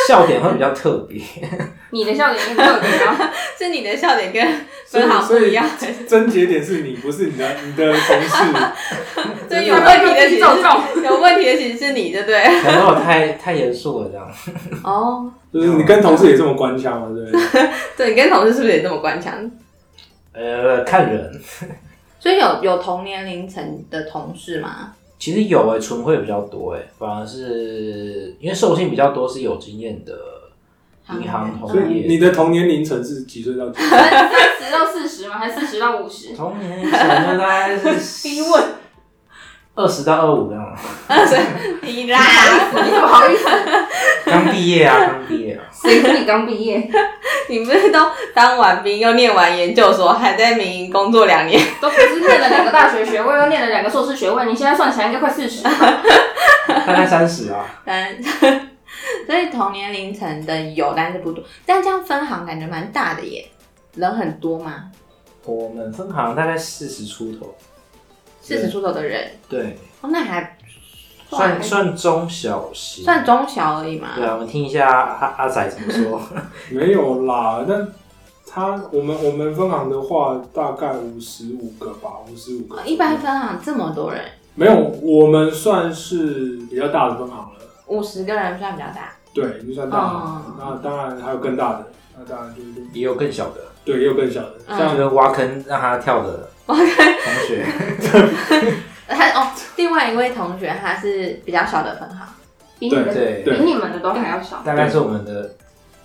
E: 笑点会比较特别，
C: 你的笑点是特别 高，
B: 是你的笑点 跟
D: 所
B: 分
D: 以
B: 行不
D: 所
B: 一
D: 以
B: 样，
D: 症结点是你，不是你的你的 同事。
B: 所以有
C: 啊
B: 问题的其
C: 重
B: 实
C: 重。
B: 有问题的其实是你，对不对？
E: 可能我太太严肃了这样。
B: 哦，
D: 就是你跟同事也这么官腔嘛，对不对？
B: 对，你跟同事是不是也这么官腔？
E: 呃，看人，
B: 所以有有同年龄层的同事吗？
E: 其实有诶、纯会比较多诶、反而是因为授信比较多是有经验的银行同
D: 所以
E: 业，
D: 你的同年龄层是几岁到几岁？
C: 三十到四十吗？还是四十到五十？
E: 同年龄层大概 是
B: 逼问，
E: 二十到二五啊这样。
B: 你啦，
C: 你怎么好意思？
E: 刚毕业啊，刚毕业啊，
C: 谁说你刚毕业？
B: 你不是都当完兵又念完研究所，还在民营工作两年？
C: 都不是念了两个大学学位，又念了两个硕士学位，你现在算起来应该快四十。
E: 大概三十啊。
B: 但 所以同年龄层的有，但是不多。但这样分行感觉蛮大的耶，人很多吗？
E: 我们分行大概四十出头，
B: 四十出头的人，
E: 对，
B: 哦，那还
E: 算算中小型。
B: 算中小而已嘛。
E: 对啊，我们听一下阿阿仔怎么说。
D: 没有啦，但他我们我们分行的话，大概五十五个吧，五十五个。
B: 哦一般分行这么多人，
D: 没有，我们算是比较大的分行了。
B: 五十个人算比较大。
D: 对，已经算大
B: 哦
D: 行。那当然还有更大的，那当然就是
E: 也有更小的，
D: 对，也有更小的，
B: 嗯
E: 像
D: 像
E: 个挖坑让他跳的
B: 挖坑
E: 同学，
B: 他哦，另外一位同学他是比较小的分行，
C: 比你的
E: 对，
C: 比你们的都还要少。
E: 大概是我们的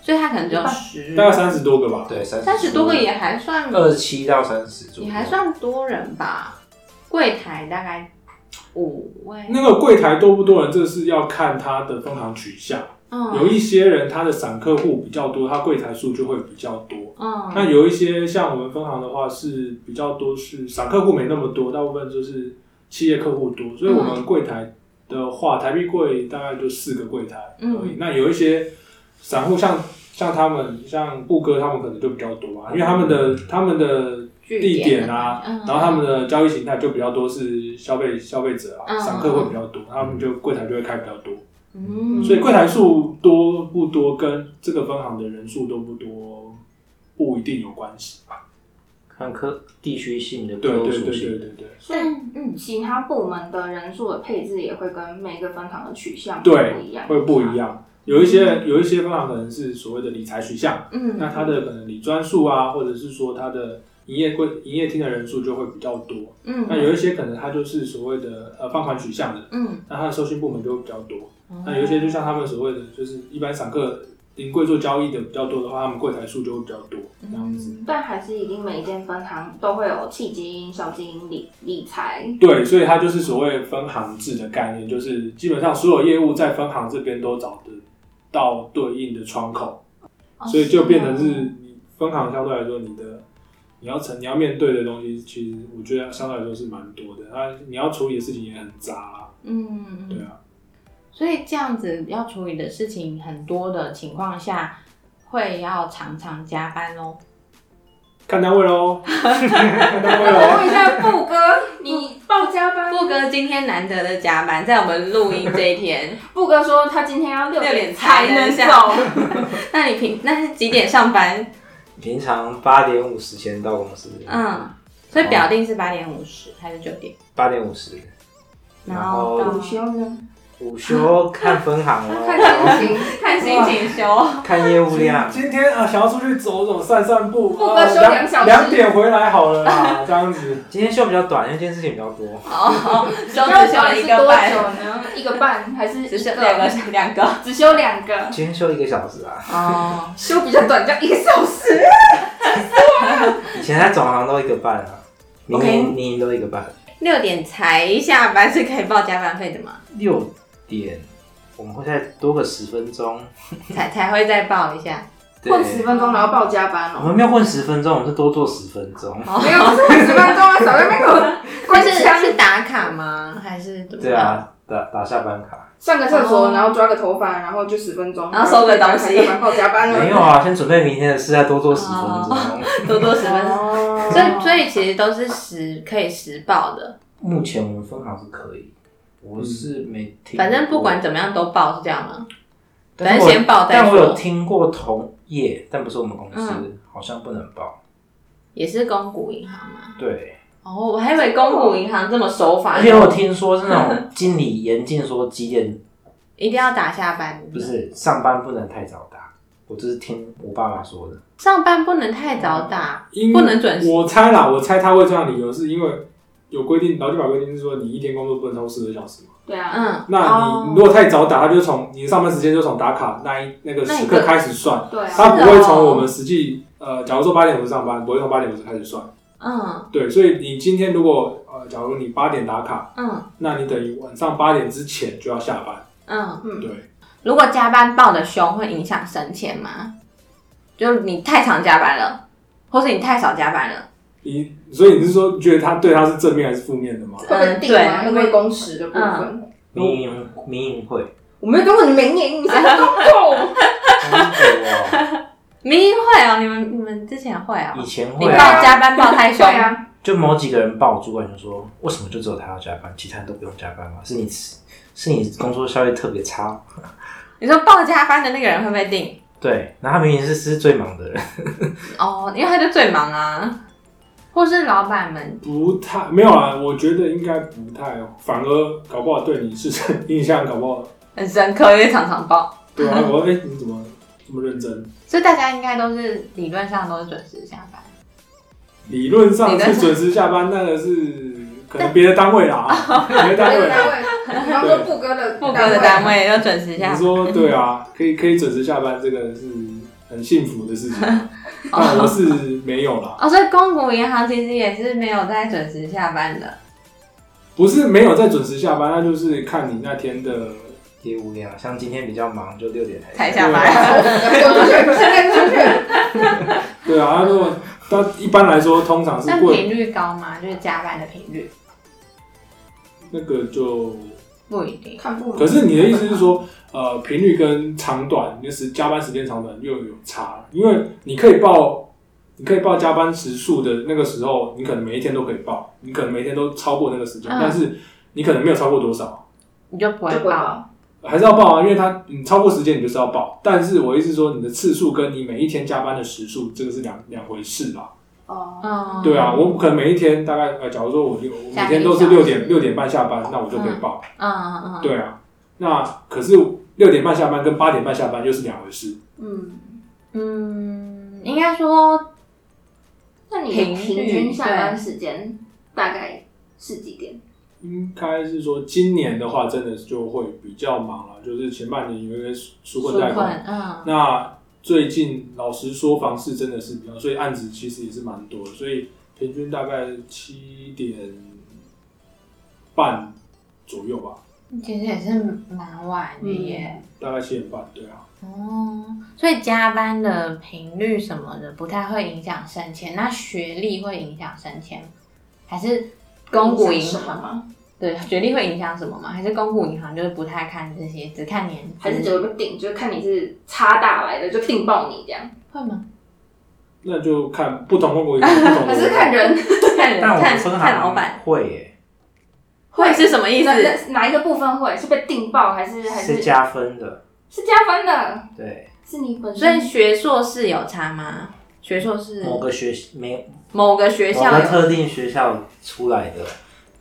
B: 所以他可能只有十
D: 大概三十多个吧。
E: 对三
B: 三十多个，也还算，
E: 二七到三十左右，
B: 也还算多人吧。柜台大概五位，
D: 那个柜台多不多人，这是要看他的分行取向。有
B: 嗯
D: 一些人他的散客户比较多，他柜台数就会比较多。
B: 嗯，
D: 那有一些像我们分行的话是比较多是散客户没那么多，大部分就是企业客户多，所以我们柜台的话，台币柜大概就四个柜台
B: 嗯
D: 而已。那有一些
B: 嗯
D: 散户像像他们像布哥他们可能就比较多啊，因为他们的他们的
B: 据
D: 地点啊，
B: 嗯
D: 然后他们的交易形态就比较多是消费消费者啊，
B: 嗯
D: 散客会比较多，他们就柜台就会开比较多，
B: 嗯，
D: 所以柜台数多不多跟这个分行的人数多不多不一定有关系。
E: 看科地区性的
D: 对
E: 科
D: 对
E: 属
D: 对对
E: 性的
D: 对对
C: 所以
B: 但嗯，
C: 其他部门的人数的配置也会跟每个分行的取向
D: 对
C: 不一样，
D: 会不一。样。有一些有一些分行可能是所谓的理财取向，
B: 嗯，
D: 那它的可能理专数啊，或者是说它的营业柜营业厅的人数就会比较多。
B: 嗯，
D: 那有一些可能它就是所谓的呃放款取向的，
B: 嗯，
D: 那它的收信部门就会比较多。
C: 哦
D: 那有一些就像他们所谓的，就是一般散客临柜做交易的比较多的话，他们柜台数就会比较多
C: 嗯
D: 这样子。
C: 但还是一定每一间分行都会有契基因、小基因、理理财，
D: 对，所以它就是所谓分行制的概念，就是基本上所有业务在分行这边都找得到对应的窗口，
B: 哦
D: 所以就变成是
B: 啊
D: 你分行相对来说你的你要成你要面对的东西，其实我觉得相对来说是蛮多的。那你要处理的事情也很杂啊、
B: 嗯，
D: 对
B: 嗯
D: 啊，
B: 所以这样子要处理的事情很多的情况下，会要常常加班哦。
D: 看单位喽，看 单位喽。
C: 问一下布哥，你报加班？
B: 布哥今天难得的加班，在我们录音这一 天，
C: 布哥说他今天要六
B: 六点
C: 点
B: 才
C: 才
B: 能
C: 能
B: 下
C: 走，
B: 那你平那是几点上班？
E: 平常八点五十前到公司，
B: 嗯，所以表定是八点五十还是九点？
E: 八点五十，
B: 然
E: 然
B: 后
E: 后
B: 到
C: 午休呢？
E: 午休看分 行哦，
C: 看心情。
B: 看心情 哦休。
E: 看业务量。
D: 今天啊，想要出去走走、散散步，
C: 不
D: 啊
C: 过休
D: 两
C: 两小时
D: 两点回来好了啦，这样 子。
E: 今天休比较短，因为今天事情比较多。
B: 哦，休
C: 那
B: 只休
C: 到
B: 了
C: 底
B: 一
C: 是
B: 个
C: 多
B: 半，
C: 久呢？一个半还是
B: 只
C: 一
B: 剩两个
C: 个？
B: 两个。
C: 只休两个，
E: 今天休一个小时啊，
B: 哦，
C: 休比较短，叫一个小时。
E: 以前在总行都一个半啊，明
B: OK
E: 年明年都一个半。
B: 六点才下班是可以报加班费的吗？
E: 六点我们会再多个十分钟，
B: 才才会再报一下。
E: 对
C: 混十分钟，然后报加班
E: 我
C: 哦。
E: 们没有混十分钟，我们是多做十分钟。
B: 哦
C: 没有，不是混十分钟啊，少在那边给我关
B: 但是
C: 枪。
B: 是打卡吗？还是怎么
E: 对
B: 样？
E: 啊，打打下班卡
C: 上个厕
B: 哦
C: 所，然后抓个头发，然后就十分钟，
B: 然后收个东西
C: 然后加 班了。
E: 没有啊，先准备明天的事，再多做十分
B: 哦
E: 钟。
B: 多多十分钟。
C: 哦
B: 所以，所以其实都是实可以实报的，
E: 目前我们分行是可以，我是没听过，
B: 反正不管怎么样都报，是这样吗？
E: 但是我
B: 反正先报再
E: 但
B: 说
E: 我有听过同业，但不是我们公司
B: 嗯，
E: 好像不能报。
B: 也是公股银行吗？
E: 对，
B: 哦，我还以为公股银行这么守法，
E: 而且我听说是那种经理严禁说几点
B: 一定要打下班，
E: 不是上班不能太早打，我这是听我爸妈说的。
B: 上班不能太早打，
D: 因
B: 不能准时
D: 我猜啦，我猜他会这样的理由是因为有规定，劳基法规定是说你一天工作不能超过十个小时嘛。
C: 对啊，
B: 嗯，
D: 那你如果太早打，他就从你上班时间就从打卡那一那个时
B: 那一
D: 刻
B: 个
D: 开始算，
C: 对啊，
D: 他不会从我们实际呃，假如说八点五十上班，不会从八点五十开始算。
B: 嗯
D: 对，所以你今天如果呃，假如你八点打卡，
B: 嗯
D: 那你等于晚上八点之前就要下班。
B: 嗯，
C: 嗯，
D: 对。
B: 如果加班报的凶，会影响升迁吗？就是你太常加班了，或是你太少加班了，
D: 你所以你是说觉得他对他是正面还是负面的吗？
C: 会被定
B: 嗯
C: 吗？
B: 对嗯
C: 会被工时的部分？
E: 民营民营 会，
C: 我没有跟你明年，你才工作。
E: 我
B: 明明会哦，你们你们之前会哦，
E: 哦以前
B: 你
E: 会
B: 报
E: 啊，
B: 加班报太
C: 对
B: 凶，
C: 啊，
E: 就某几个人报，主管就说，为什么就只有他要加班，其他人都不用加班吗？是你是你工作效率特别差。
B: 你说报加班的那个人会被定？
E: 对，然后他明明是是最忙的人，
B: 哦，因为他就最忙啊，或是老板们
D: 不太没有啊，我觉得应该不太，哦反而搞不好对你是印象搞不 好，
B: 很深刻，因为常常报，
D: 对啊，我哎、你怎么这么认真？
B: 所以大家应该都是理论上都是准时下班。
D: 理论上
B: 理论上
D: 是准时下班，那个是可能别的单位啦， 别的单
C: 别
D: 位
C: 的单
D: 啦。
C: 位，比方啊说布哥的啊
B: 副歌的单位要准时
D: 你
B: 下班，
D: 说对啊，可以可以准时下班，这个是很幸福的事 情。但我是没有啦，
B: 哦，所以公股银行其实也是没有在准时下班的。
D: 不是没有在准时下班，那就是看你那天的
E: 业务量像今天比较忙，就六点
B: 才
E: 才
B: 下 班，
C: 滚出去，现在出去。
D: 对啊。那如果但一般来说，通常是
B: 那
D: 过
B: 频率高吗？就是加班的频率
D: 那个就
B: 不一定。
C: 看部门
D: 可是你的意思是说，呃，频率跟长短，就是加班时间长短又有差，因为你可以报，你可以报加班时数的那个时候，你可能每一天都可以报，你可能每一天都超过那个时间，
B: 嗯
D: 但是你可能没有超过多少，
F: 你就不会
C: 就不会
F: 报。
C: 报。
D: 还是要报啊，因为它你超过时间你就是要报。但是我意思是说，你的次数跟你每一天加班的时数，这个是两两回事啦。
C: 哦，
B: 嗯，
D: 对啊，我可能每一天大概呃，假如说我六我
B: 下
D: 每天都是六点六点半下班，那我就可以报。
B: 嗯嗯嗯，
D: 对啊，那可是六点半下班跟八点半下班又是两回事。
C: 嗯，
B: 嗯，应该说
C: 那你的
B: 频率
C: 平均下班时间大概是几点？
D: 应该是说今年的话，真的就会比较忙了，就是前半年有一个纾
B: 纾
D: 困贷款，
B: 困，嗯
D: 那最近老实说，房市真的是比较，所以案子其实也是蛮多的，所以平均大概七点半左右吧，
B: 其实也是蛮晚的耶。
D: 大概七点半，对啊，
B: 哦，所以加班的频率什么的不太会影响升迁，那学历会影响升迁吗，还是公股银
C: 什么
B: 行？
C: 吗？
B: 对，学历会影响什么吗？还是公股银行就是不太看这些，只看年资？
C: 还是只有个顶，就是看你是差大来的就定爆你这样，
B: 会吗？
D: 那就看不同公国有不 同
C: 还
D: 的
C: 是看人
B: 看人
E: 但我
B: 看
E: 们分
B: 看老板
E: 行会耶，
B: 会是什么意思
C: 那？那哪一个部分会是被定爆还是还是
E: 是加分的，
C: 是加分的？
E: 对，
C: 是你本
B: 所
C: 身
B: 以学硕士有差吗？学硕士
E: 某个学习没
B: 某个学
E: 某
B: 校
E: 个
B: 有，
E: 特定学校出来的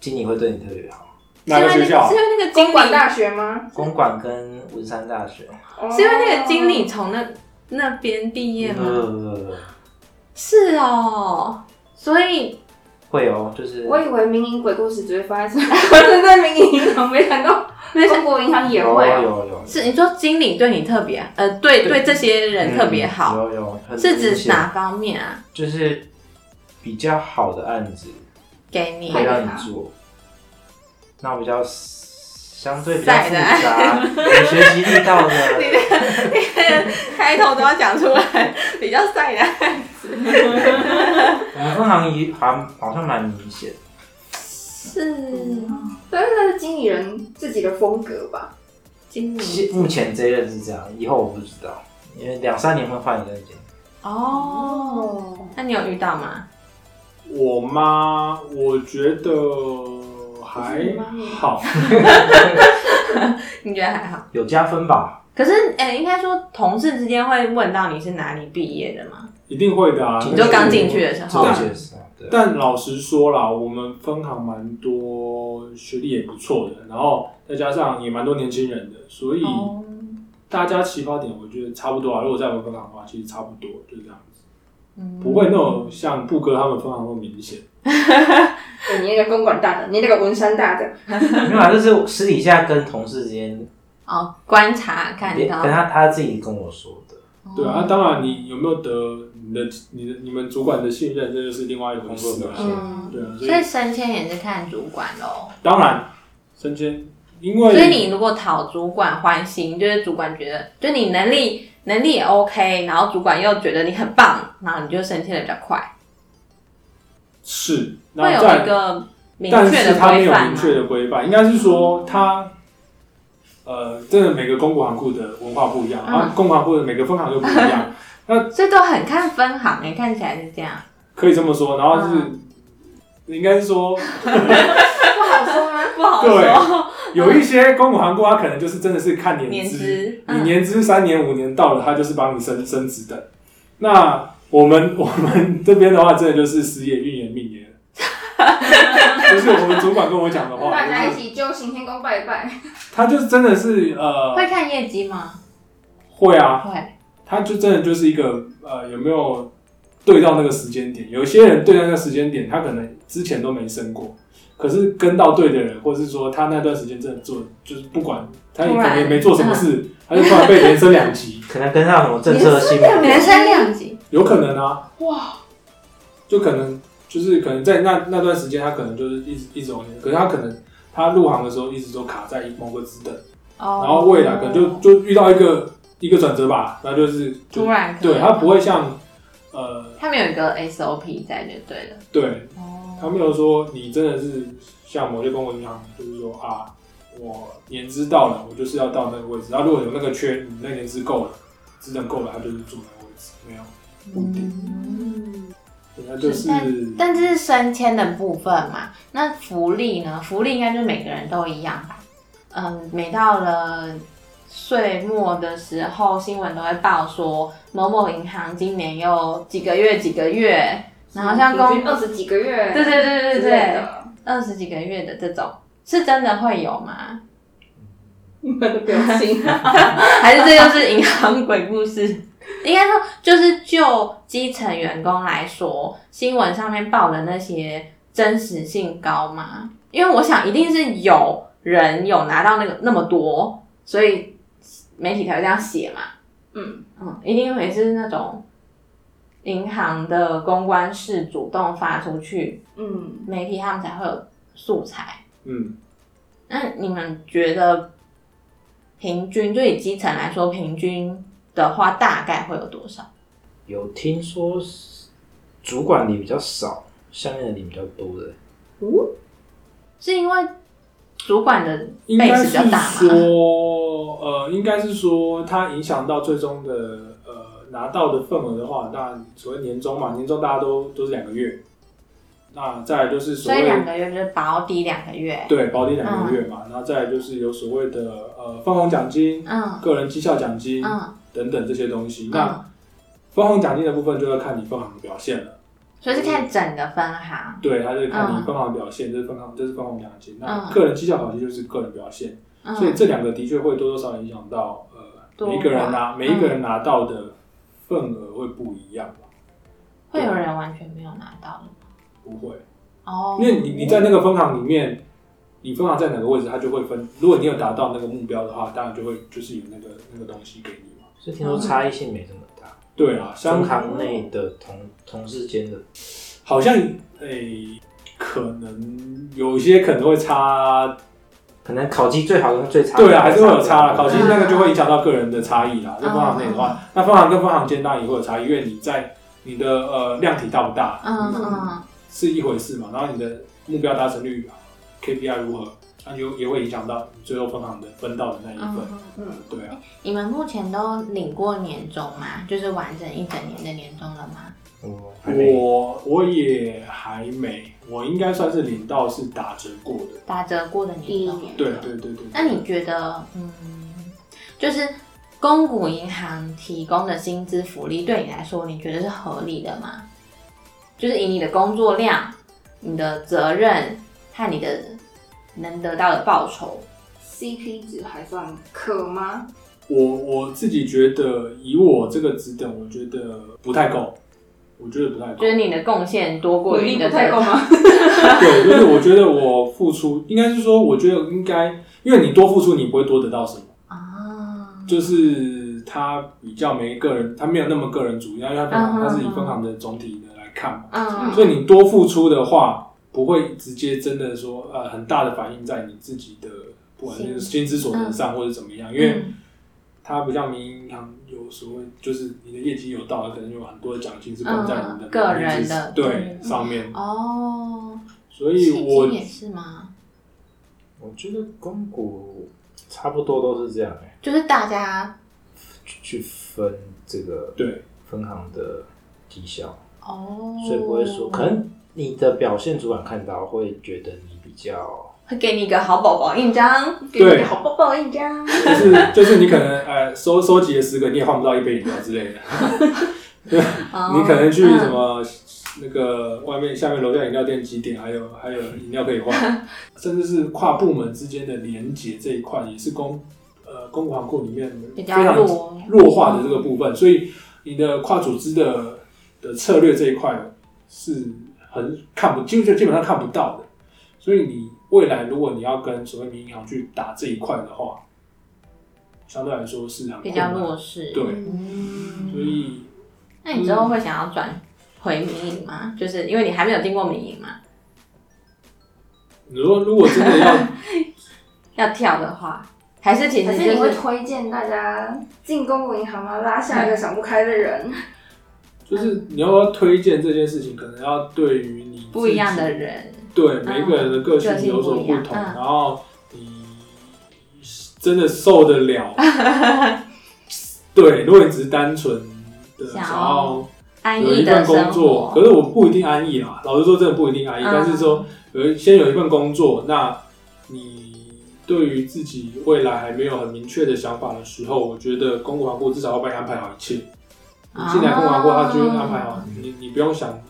E: 经理会对你特别好。
D: 哪个学校啊
B: 是因为那个经
C: 公管
B: 理，
C: 大学
B: 嗯
C: 吗？哦
E: 公馆跟文山大学，
B: 是因为那个经理从那那边毕业吗？
E: 呃，
B: 是哦，所以
E: 会哦，就是
C: 我以为民营鬼故事只会发 生发生在民营银行，没想到 中国银行也
E: 有
C: 会
E: 有
C: 啊。
E: 有有
B: 是你说经理对你特别，呃，对对这些人特别好，
E: 嗯有有很
B: 是
E: 明
B: 指
E: 显
B: 哪方面啊？
E: 就是比较好的案子
B: 给你
E: 会让
C: 害怕
E: 你做，那比较 s- 相对比较
B: 晒
E: 复
B: 的案
E: 杂，有学习力道 的，
B: 开头都要讲出来，比较晒的。
E: 我们分行也还好像蛮明显，
B: 是
C: 但是那是经理人自己的风格吧？
B: 经理
E: 现目前这一任是这样，以后我不知道，因为两三年会换一任经理
B: 哦，那你有遇到吗？
D: 我妈，我觉得还 好，
B: 你觉得还好？
E: 有加分吧，
B: 可是，哎、应该说同事之间会问到你是哪里毕业的吗？
D: 一定会的啊，
B: 你就刚进去的时候
E: 这些是啊对，
D: 但老实说啦，我们分行蛮多学历也不错的，然后再加上也蛮多年轻人的，所以
B: 哦
D: 大家起跑点我觉得差不多啊。如果在我们分行的话，其实差不多就这样子，
B: 嗯
D: 不会那种像布哥他们分行那么明显。
C: 对你那个公馆大的，你那个文山大的，
E: 没有啊，就是私底下跟同事之间，
B: 哦，观察看
E: 跟
B: 到，
E: 他他自己跟我说的。
B: 哦
D: 对啊，啊当然你有没有得你的你的你们主管的信任，这就是另外一回事了、
E: 工作表现
B: 嗯，
D: 对啊，所
B: 所以
D: 以
B: 升迁也是看主管喽。
D: 当然升迁，因
B: 所以
D: 为
B: 你如果讨主管欢心，就是主管觉得，就你能力能力也 OK，然后主管又觉得你很棒，然后你就升迁的比较快，
D: 是
B: 会
D: 那
B: 有
D: 在
B: 一个明
D: 但
B: 确
D: 是
B: 的
D: 它没
B: 规
D: 有
B: 范
D: 明
B: 吗？
D: 确的规范，应该是说它，呃，真的每个公股行库的文化不一样，
B: 嗯
D: 啊，公行库的每个分行又不一 样，
B: 所以都很看分行诶，看起来是这 样。
D: 可以这么说。然后是，
B: 嗯
D: 应该是说
C: 不好说啊吗？
B: 不好
D: 对
B: 说，
D: 有一些公股行库，它可能就是真的是 看年
B: 年
D: 资，
B: 资，
D: 你
B: 嗯，
D: 年资三年五年到了，它就是帮你升升职的。那我们 我们这边的话，真的就是时也运也命 也，就是我们主管跟我讲的话，
C: 大家
D: 就
C: 一
D: 是
C: 起就行天宫拜拜。
D: 他就是真的是呃
B: 会看业绩吗？
D: 会啊，
B: 会，
D: 他就真的就是一个呃，有没有对到那个时间点？有些人对到那个时间点，他可能之前都没升过，可是跟到对的人，或是说他那段时间真的做，就是不管他可
B: 突然
D: 能也没做什么事，
B: 嗯
D: 他就突然被连升 两级，
E: 可能跟上什么政策新
B: 人
E: 闻，
B: 生量级，
D: 有可能啊，
C: 哇，
D: 就可能就是可能在那那段时间，他可能就是一直一直往前，可是他可能他入行的时候一直都卡在某个职等，
B: 然
D: 然后未来可能就就遇到一个一个转折吧，然后就是就
B: 哦突然可能
D: 对他不会像呃
B: 他们有一个 SOP 在就对了。
D: 对。他
B: 哦，
D: 没有说你真的是像某些公共银行，就是说啊，我年资到了，我就是要到那个位置。然后如果有那个缺，你那年资够了，职能够了，他就是住那个位置。没有，不一定。
C: 嗯，
D: 对它就是
B: 但但这是升迁的部分嘛，那福利呢？福利应该就是每个人都一样吧？嗯，每到了岁末的时候，新闻都会报说某某银行今年又几个月几个月，然后像公
C: 平均二十几个月，
B: 对对对对
C: 之类
B: 对，
C: 的，
B: 二十几个月的这种是真的会有吗？
C: 你们的表情，
B: 还是这就是银行鬼故事？ 应该说，就是就基层员工来说，新闻上面报的那些真实性高吗？因为我想一定是有人有拿到那个那么多，所以媒体才会这样写嘛。
C: 嗯
B: 嗯，一定会是那种银行的公关室主动发出去，
C: 嗯，
B: 媒体他们才会有素材。
D: 嗯，
B: 那你们觉得平均，就以基层来说，平均的话大概会有多少？
E: 有听说是主管领比较少，下面的领比较多的，
B: 是因为主管的
D: 应
B: base
D: 该
B: 比较
D: 是
B: 大吗？
D: 说，呃，应该是说它影响到最终的呃拿到的份额的话，那所谓年终嘛，年终大家都都是两个月，那再来就是所
B: 所
D: 谓
B: 以两个月就是保底两个月。
D: 对保底两个月嘛，然后再来就是有所谓的呃分红奖金、
B: 嗯
D: 个人绩效奖金、
B: 嗯
D: 等等这些东西。那
B: 嗯，
D: 分红奖金的部分就要看你分行的表现了，
B: 所以是看整个分行。
D: 对，它就是看你分行的表现，这是分行，这是分红奖金。那
B: 嗯
D: 个人绩效奖金就是个人表现，所以
B: 嗯
D: 这两个的确会多多少少影响到呃
B: 多
D: 每一个人拿
B: 寡
D: 每一个人拿到的份额会不一样吧
B: 会有人完全没有拿到的吗
D: 不会，
B: 哦，
D: 因为你你在那个分行里面，你分行在哪个位置，它就会分。如果你有达到那个目标的话，当然就会就是有那个那个东西给你嘛。
E: 所以听说差异性没这么大。
D: 对啊，
E: 商
D: 像
E: 行内的同同事间的
D: 好像诶、可能有些可能会差
E: 可能考绩最好跟最差的
D: 对啊，还是会有差啦。考
E: 不
D: 绩
E: 多
D: 那个就会影响到个人的差异啦。在分行内的话，那分行跟分行间当然也会有差异，因为你在你的呃量体大不大，
B: 嗯嗯
D: 是一回事嘛。然后你的目标达成率啊 KPI 如何，那就也会影响到你最后分行的分到的那一份。
B: 嗯，
C: 嗯，
D: 对啊，
B: 你们目前都领过年终吗？就是完整一整年的年终了吗？
E: 我哦还没
D: 我我也还没，我应该算是领到是打折过的。
B: 打折过的
C: 第
B: 年
C: 一
B: 终。
C: 年，
D: 对啊对对对。
B: 那你觉得，嗯，就是公股银行提供的薪资福利对你来说，你觉得是合理的吗？就是以你的工作量、你的责任和你的能得到的报酬，
C: CP 值还算可吗？
D: 我我自己觉得，以我这个职等，我觉得不太够，我觉得不太够。
B: 就是你的贡献多过于你的责任。
C: 吗？
D: 对，就是我觉得我付出，应该是说，我觉得应该，因为你多付出，你不会多得到什么，
B: 啊，
D: 就是他比较没个人，他没有那么个人主义，因为他分行
B: 嗯嗯
D: 他是以分行的总体的来看嘛，
B: 嗯，
D: 所以你多付出的话，不会直接真的说呃很大的反映在你自己的不管是
B: 薪
D: 薪资所得
B: 嗯
D: 上或者怎么样，因为它不像民营银行有所谓，就是你的业绩有到，可能有很多的奖金是关在你的
B: 嗯个人
D: 名字
B: 的
D: 对
B: 嗯
D: 上面
B: 嗯，哦，
D: 所以
B: 薪
D: 我
B: 金也是吗？
E: 我觉得公股差不多都是这样哎、
B: 就是大家
E: 去去分这个
D: 对。
E: 分行的绩效，
B: 哦，
E: 所以不会说可能你的表现主管看到会觉得你比较
B: 会给你一个好宝宝印章。
C: 给你
D: 对
C: 个好抱抱印章，
D: 就是就是你可能呃收收集了十个，你也换不到一杯饮料之类的。你可能去
B: 嗯
D: 什么、那个外面下面楼下饮料店几点，还有还有饮料可 以换，甚至是跨部门之间的连结这一块，也是公呃公股行库里面
B: 比
D: 非
B: 较
D: 常
B: 弱
D: 弱化的这个部分，所以你的跨组织的的策略这一块是很看不，基本基本上看不到的。所以你未来如果你要跟所谓民营银行去打这一块的话，相对来说是很
B: 比
D: 困
B: 较
D: 难。
B: 弱势。
D: 对
B: 嗯
D: 所以
B: 那你之后会想要转回民营吗？就是因为你还没有进过民营嘛，
D: 如果如果真的要
B: 要跳的话，还是其
C: 可
B: 实
C: 是
B: 就
C: 你会
B: 是
C: 推荐大家进公股银行吗？拉下一个想不开的人，
D: 就是你要不要推荐这件事情，可能要对于你自己
B: 不一样的，人，
D: 对每一个人的个性
B: 个性
D: 有所
B: 不一样
D: 同，
B: 嗯
D: 然后你真的受 得了。对，如果你只是单纯的
B: 想
D: 想
B: 要
D: 要
B: 安
D: 有
B: 逸
D: 一
B: 的
D: 份
B: 生
D: 工作，
B: 活。
D: 可是我不一定安逸啦。老实说，真的不一定安逸。
B: 嗯
D: 但是说有一先有一份工作，那你对于自己未来还没有很明确的想法的时候，我觉得公股行库至少要帮你安排好一切。你进来公股行库，他就会安排好
B: 哦
D: 你，你不用想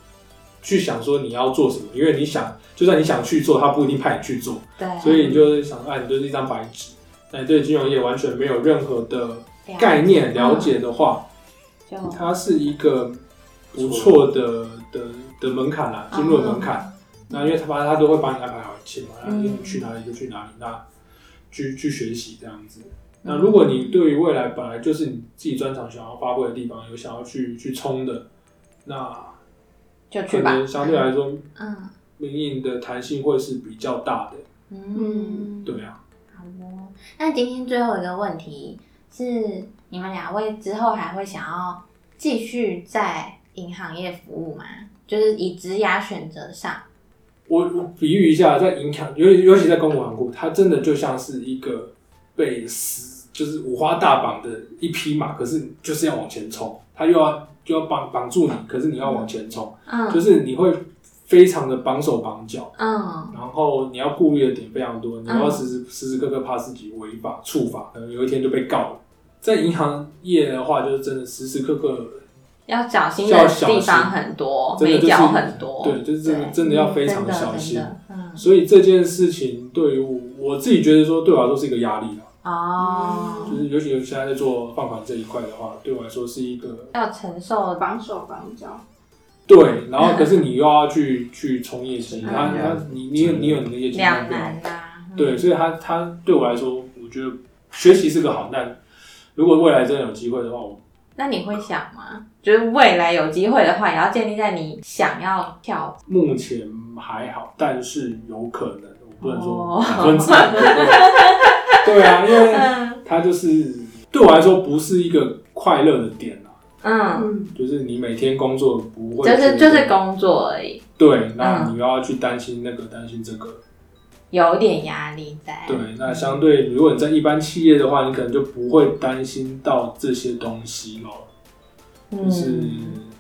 D: 去想说你要做什么，因为你想就算你想去做，他不一定派你去做，
B: 对，
D: 所以你就是想，哎，你就是一张白纸，那你对金融业完全没有任何的
B: 了
D: 概念了解的话。
B: 就
D: 它是一个不错的的的门槛
B: 嗯
D: 啦，进入的门槛。那因为他把他都会帮你安排好一切嘛，那
B: 嗯
D: 你去哪里就去哪里，那去去学习这样子。那如果你对于未来本来就是你自己专长想要发挥的地方，有想要去去冲的，那
B: 就
D: 可
B: 去吧。
D: 能相对来说，
B: 嗯
D: 命运的弹性会是比较大的。
B: 嗯，
D: 对啊，
B: 好哦。那今天最后一个问题是，你们两位之后还会想要继续在银行业服务吗？就是以职涯选择上，
D: 我我比喻一下，在银行，尤其尤其在公股行库，它真的就像是一个被撕，就是五花大绑的一匹马，可是就是要往前冲，它又要就要绑绑住你，可是你要往前冲，
B: 嗯
D: 就是你会非常的绑手绑脚，
B: 嗯
D: 然后你要顾虑的点非常多，你要
B: 嗯
D: 时时时时刻刻怕自己违法触法，可能有一天就被告了。在银行业的话，就是真的时时刻刻，
B: 要小心
D: 要
B: 的
D: 小
B: 地
D: 心
B: 方很多，
D: 真的
B: 美
D: 就是
B: 角很多，
D: 对，就是真的真的要非常的小心
B: 真。的嗯真的
D: 所以这件事情对于我我自己觉得说，对我来说是一个压力啦。
B: 嗯，哦，
D: 就是尤其我现在在做放款这一块的话，对我来说是一个
B: 要承受
C: 绑手绑脚。
D: 对，然后可是你又要去去冲业绩，
E: 嗯
D: 他他你你有你有你的业绩目
B: 两
D: 标，
B: 难呐、嗯
D: 对，所以他他对我来说，我觉得学习是个好，但如果未来真的有机会的话，我
B: 那你会想吗？就是未来有机会的话，也要建立在你想要跳
D: 目前还好，但是有可能，我不能说
B: 哦
D: 百分之 百，对对啊，因为
B: 嗯
D: 他就是对我来说不是一个快乐的点啊。
B: 嗯，
C: 嗯，
D: 就是你每天工作不会
B: 就
D: 觉得，
B: 是就是工作而已，
D: 对，那你又要去担心那个，担心这个，
B: 有点压力在。
D: 对，那相对如果你在一般企业的话，你可能就不会担心到这些东西咯，就是
B: 嗯，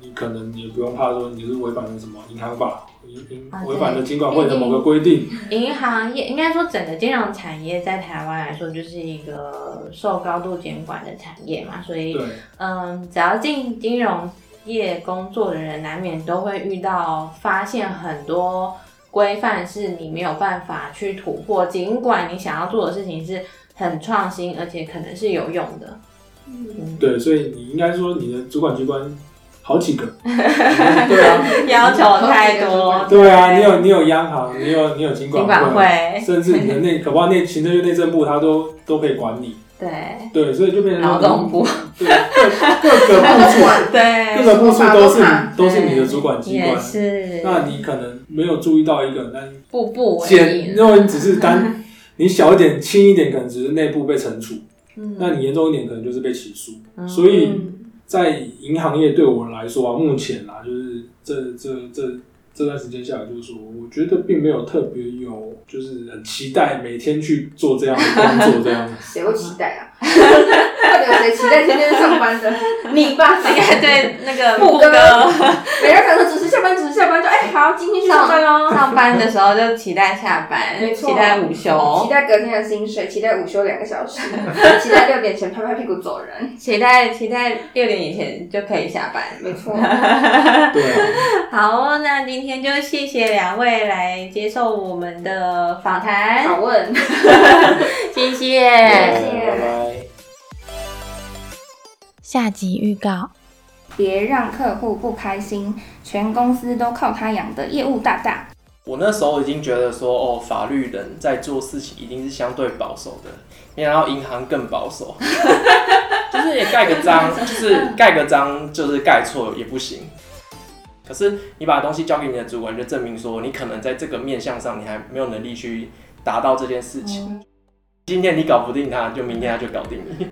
D: 你可能也不用怕说你是违反了什么银行法，银银
B: 啊对
D: 违反了金管会的某个规定，
B: 银行业应该说整个金融产业在台湾来说就是一个受高度监管的产业嘛，所以
D: 对，
B: 嗯，只要进金融业工作的人，难免都会遇到发现很多规范是你没有办法去突破，尽管你想要做的事情是很创新，而且可能是有用的。嗯，
D: 对，所以你应该说你的主管机关好几个，对啊，
B: 要求太多。
D: 对啊，你有你有央行，你有你有金
B: 尽
D: 管
B: 管
D: 会，
B: 会，
D: 甚至你的内，搞不好内行政院内政部他都都可以管你。
B: 对，
D: 对，所以就变成
B: 劳动部，
D: 对各各个部处，各
B: 对，
D: 个部处都是你
C: 对
D: 都是你的主管机
B: 也
D: 关。
B: 是，
D: 那你可能没有注意到一个，那
B: 步步为
D: 简，
B: 营，
D: 如果你只是单你小一点、轻一点，可能只是内部被惩处；
B: 嗯
D: 那你严重一点，可能就是被起诉。
B: 嗯
D: 所以在银行业对我来说啊，目前啊，就是这这这这段时间下来，就是说，我觉得并没有特别有，就是很期待每天去做这样的工作这样子。
C: 谁会期待啊？ 到底有谁期待天天上班的？ 你吧，
B: 应该 对那 个
C: 布
B: 布
C: 哥
B: 哥。
C: 每个人都只是下班，只是下班就哎、好，今天去上班喽。
B: 上班的时候就期待下班，
C: 没错
B: 期待午
C: 期
B: 休，
C: 待隔天的薪水，期待午休两个小 时，期待六点前拍拍屁股走人。
B: 期待期待六点以前就可以下班。
C: 没错，
D: 对啊。
B: 好哦，那今天就谢谢两位来接受我们的访谈，
C: 好问。
B: 谢
C: 对
B: 谢。
C: 谢谢
E: 拜拜。
B: 下集预告。
C: 别让客户不开心，全公司都靠他养的业务大大。
F: 我那时候已经觉得说，哦，法律人在做事情一定是相对保守的，没想到银行更保守，就是也盖个章，就是盖个章，就是盖错也不行。可是你把东西交给你的主管，就证明说你可能在这个面向上你还没有能力去达到这件事情。今天你搞不定他，就明天他就搞定你。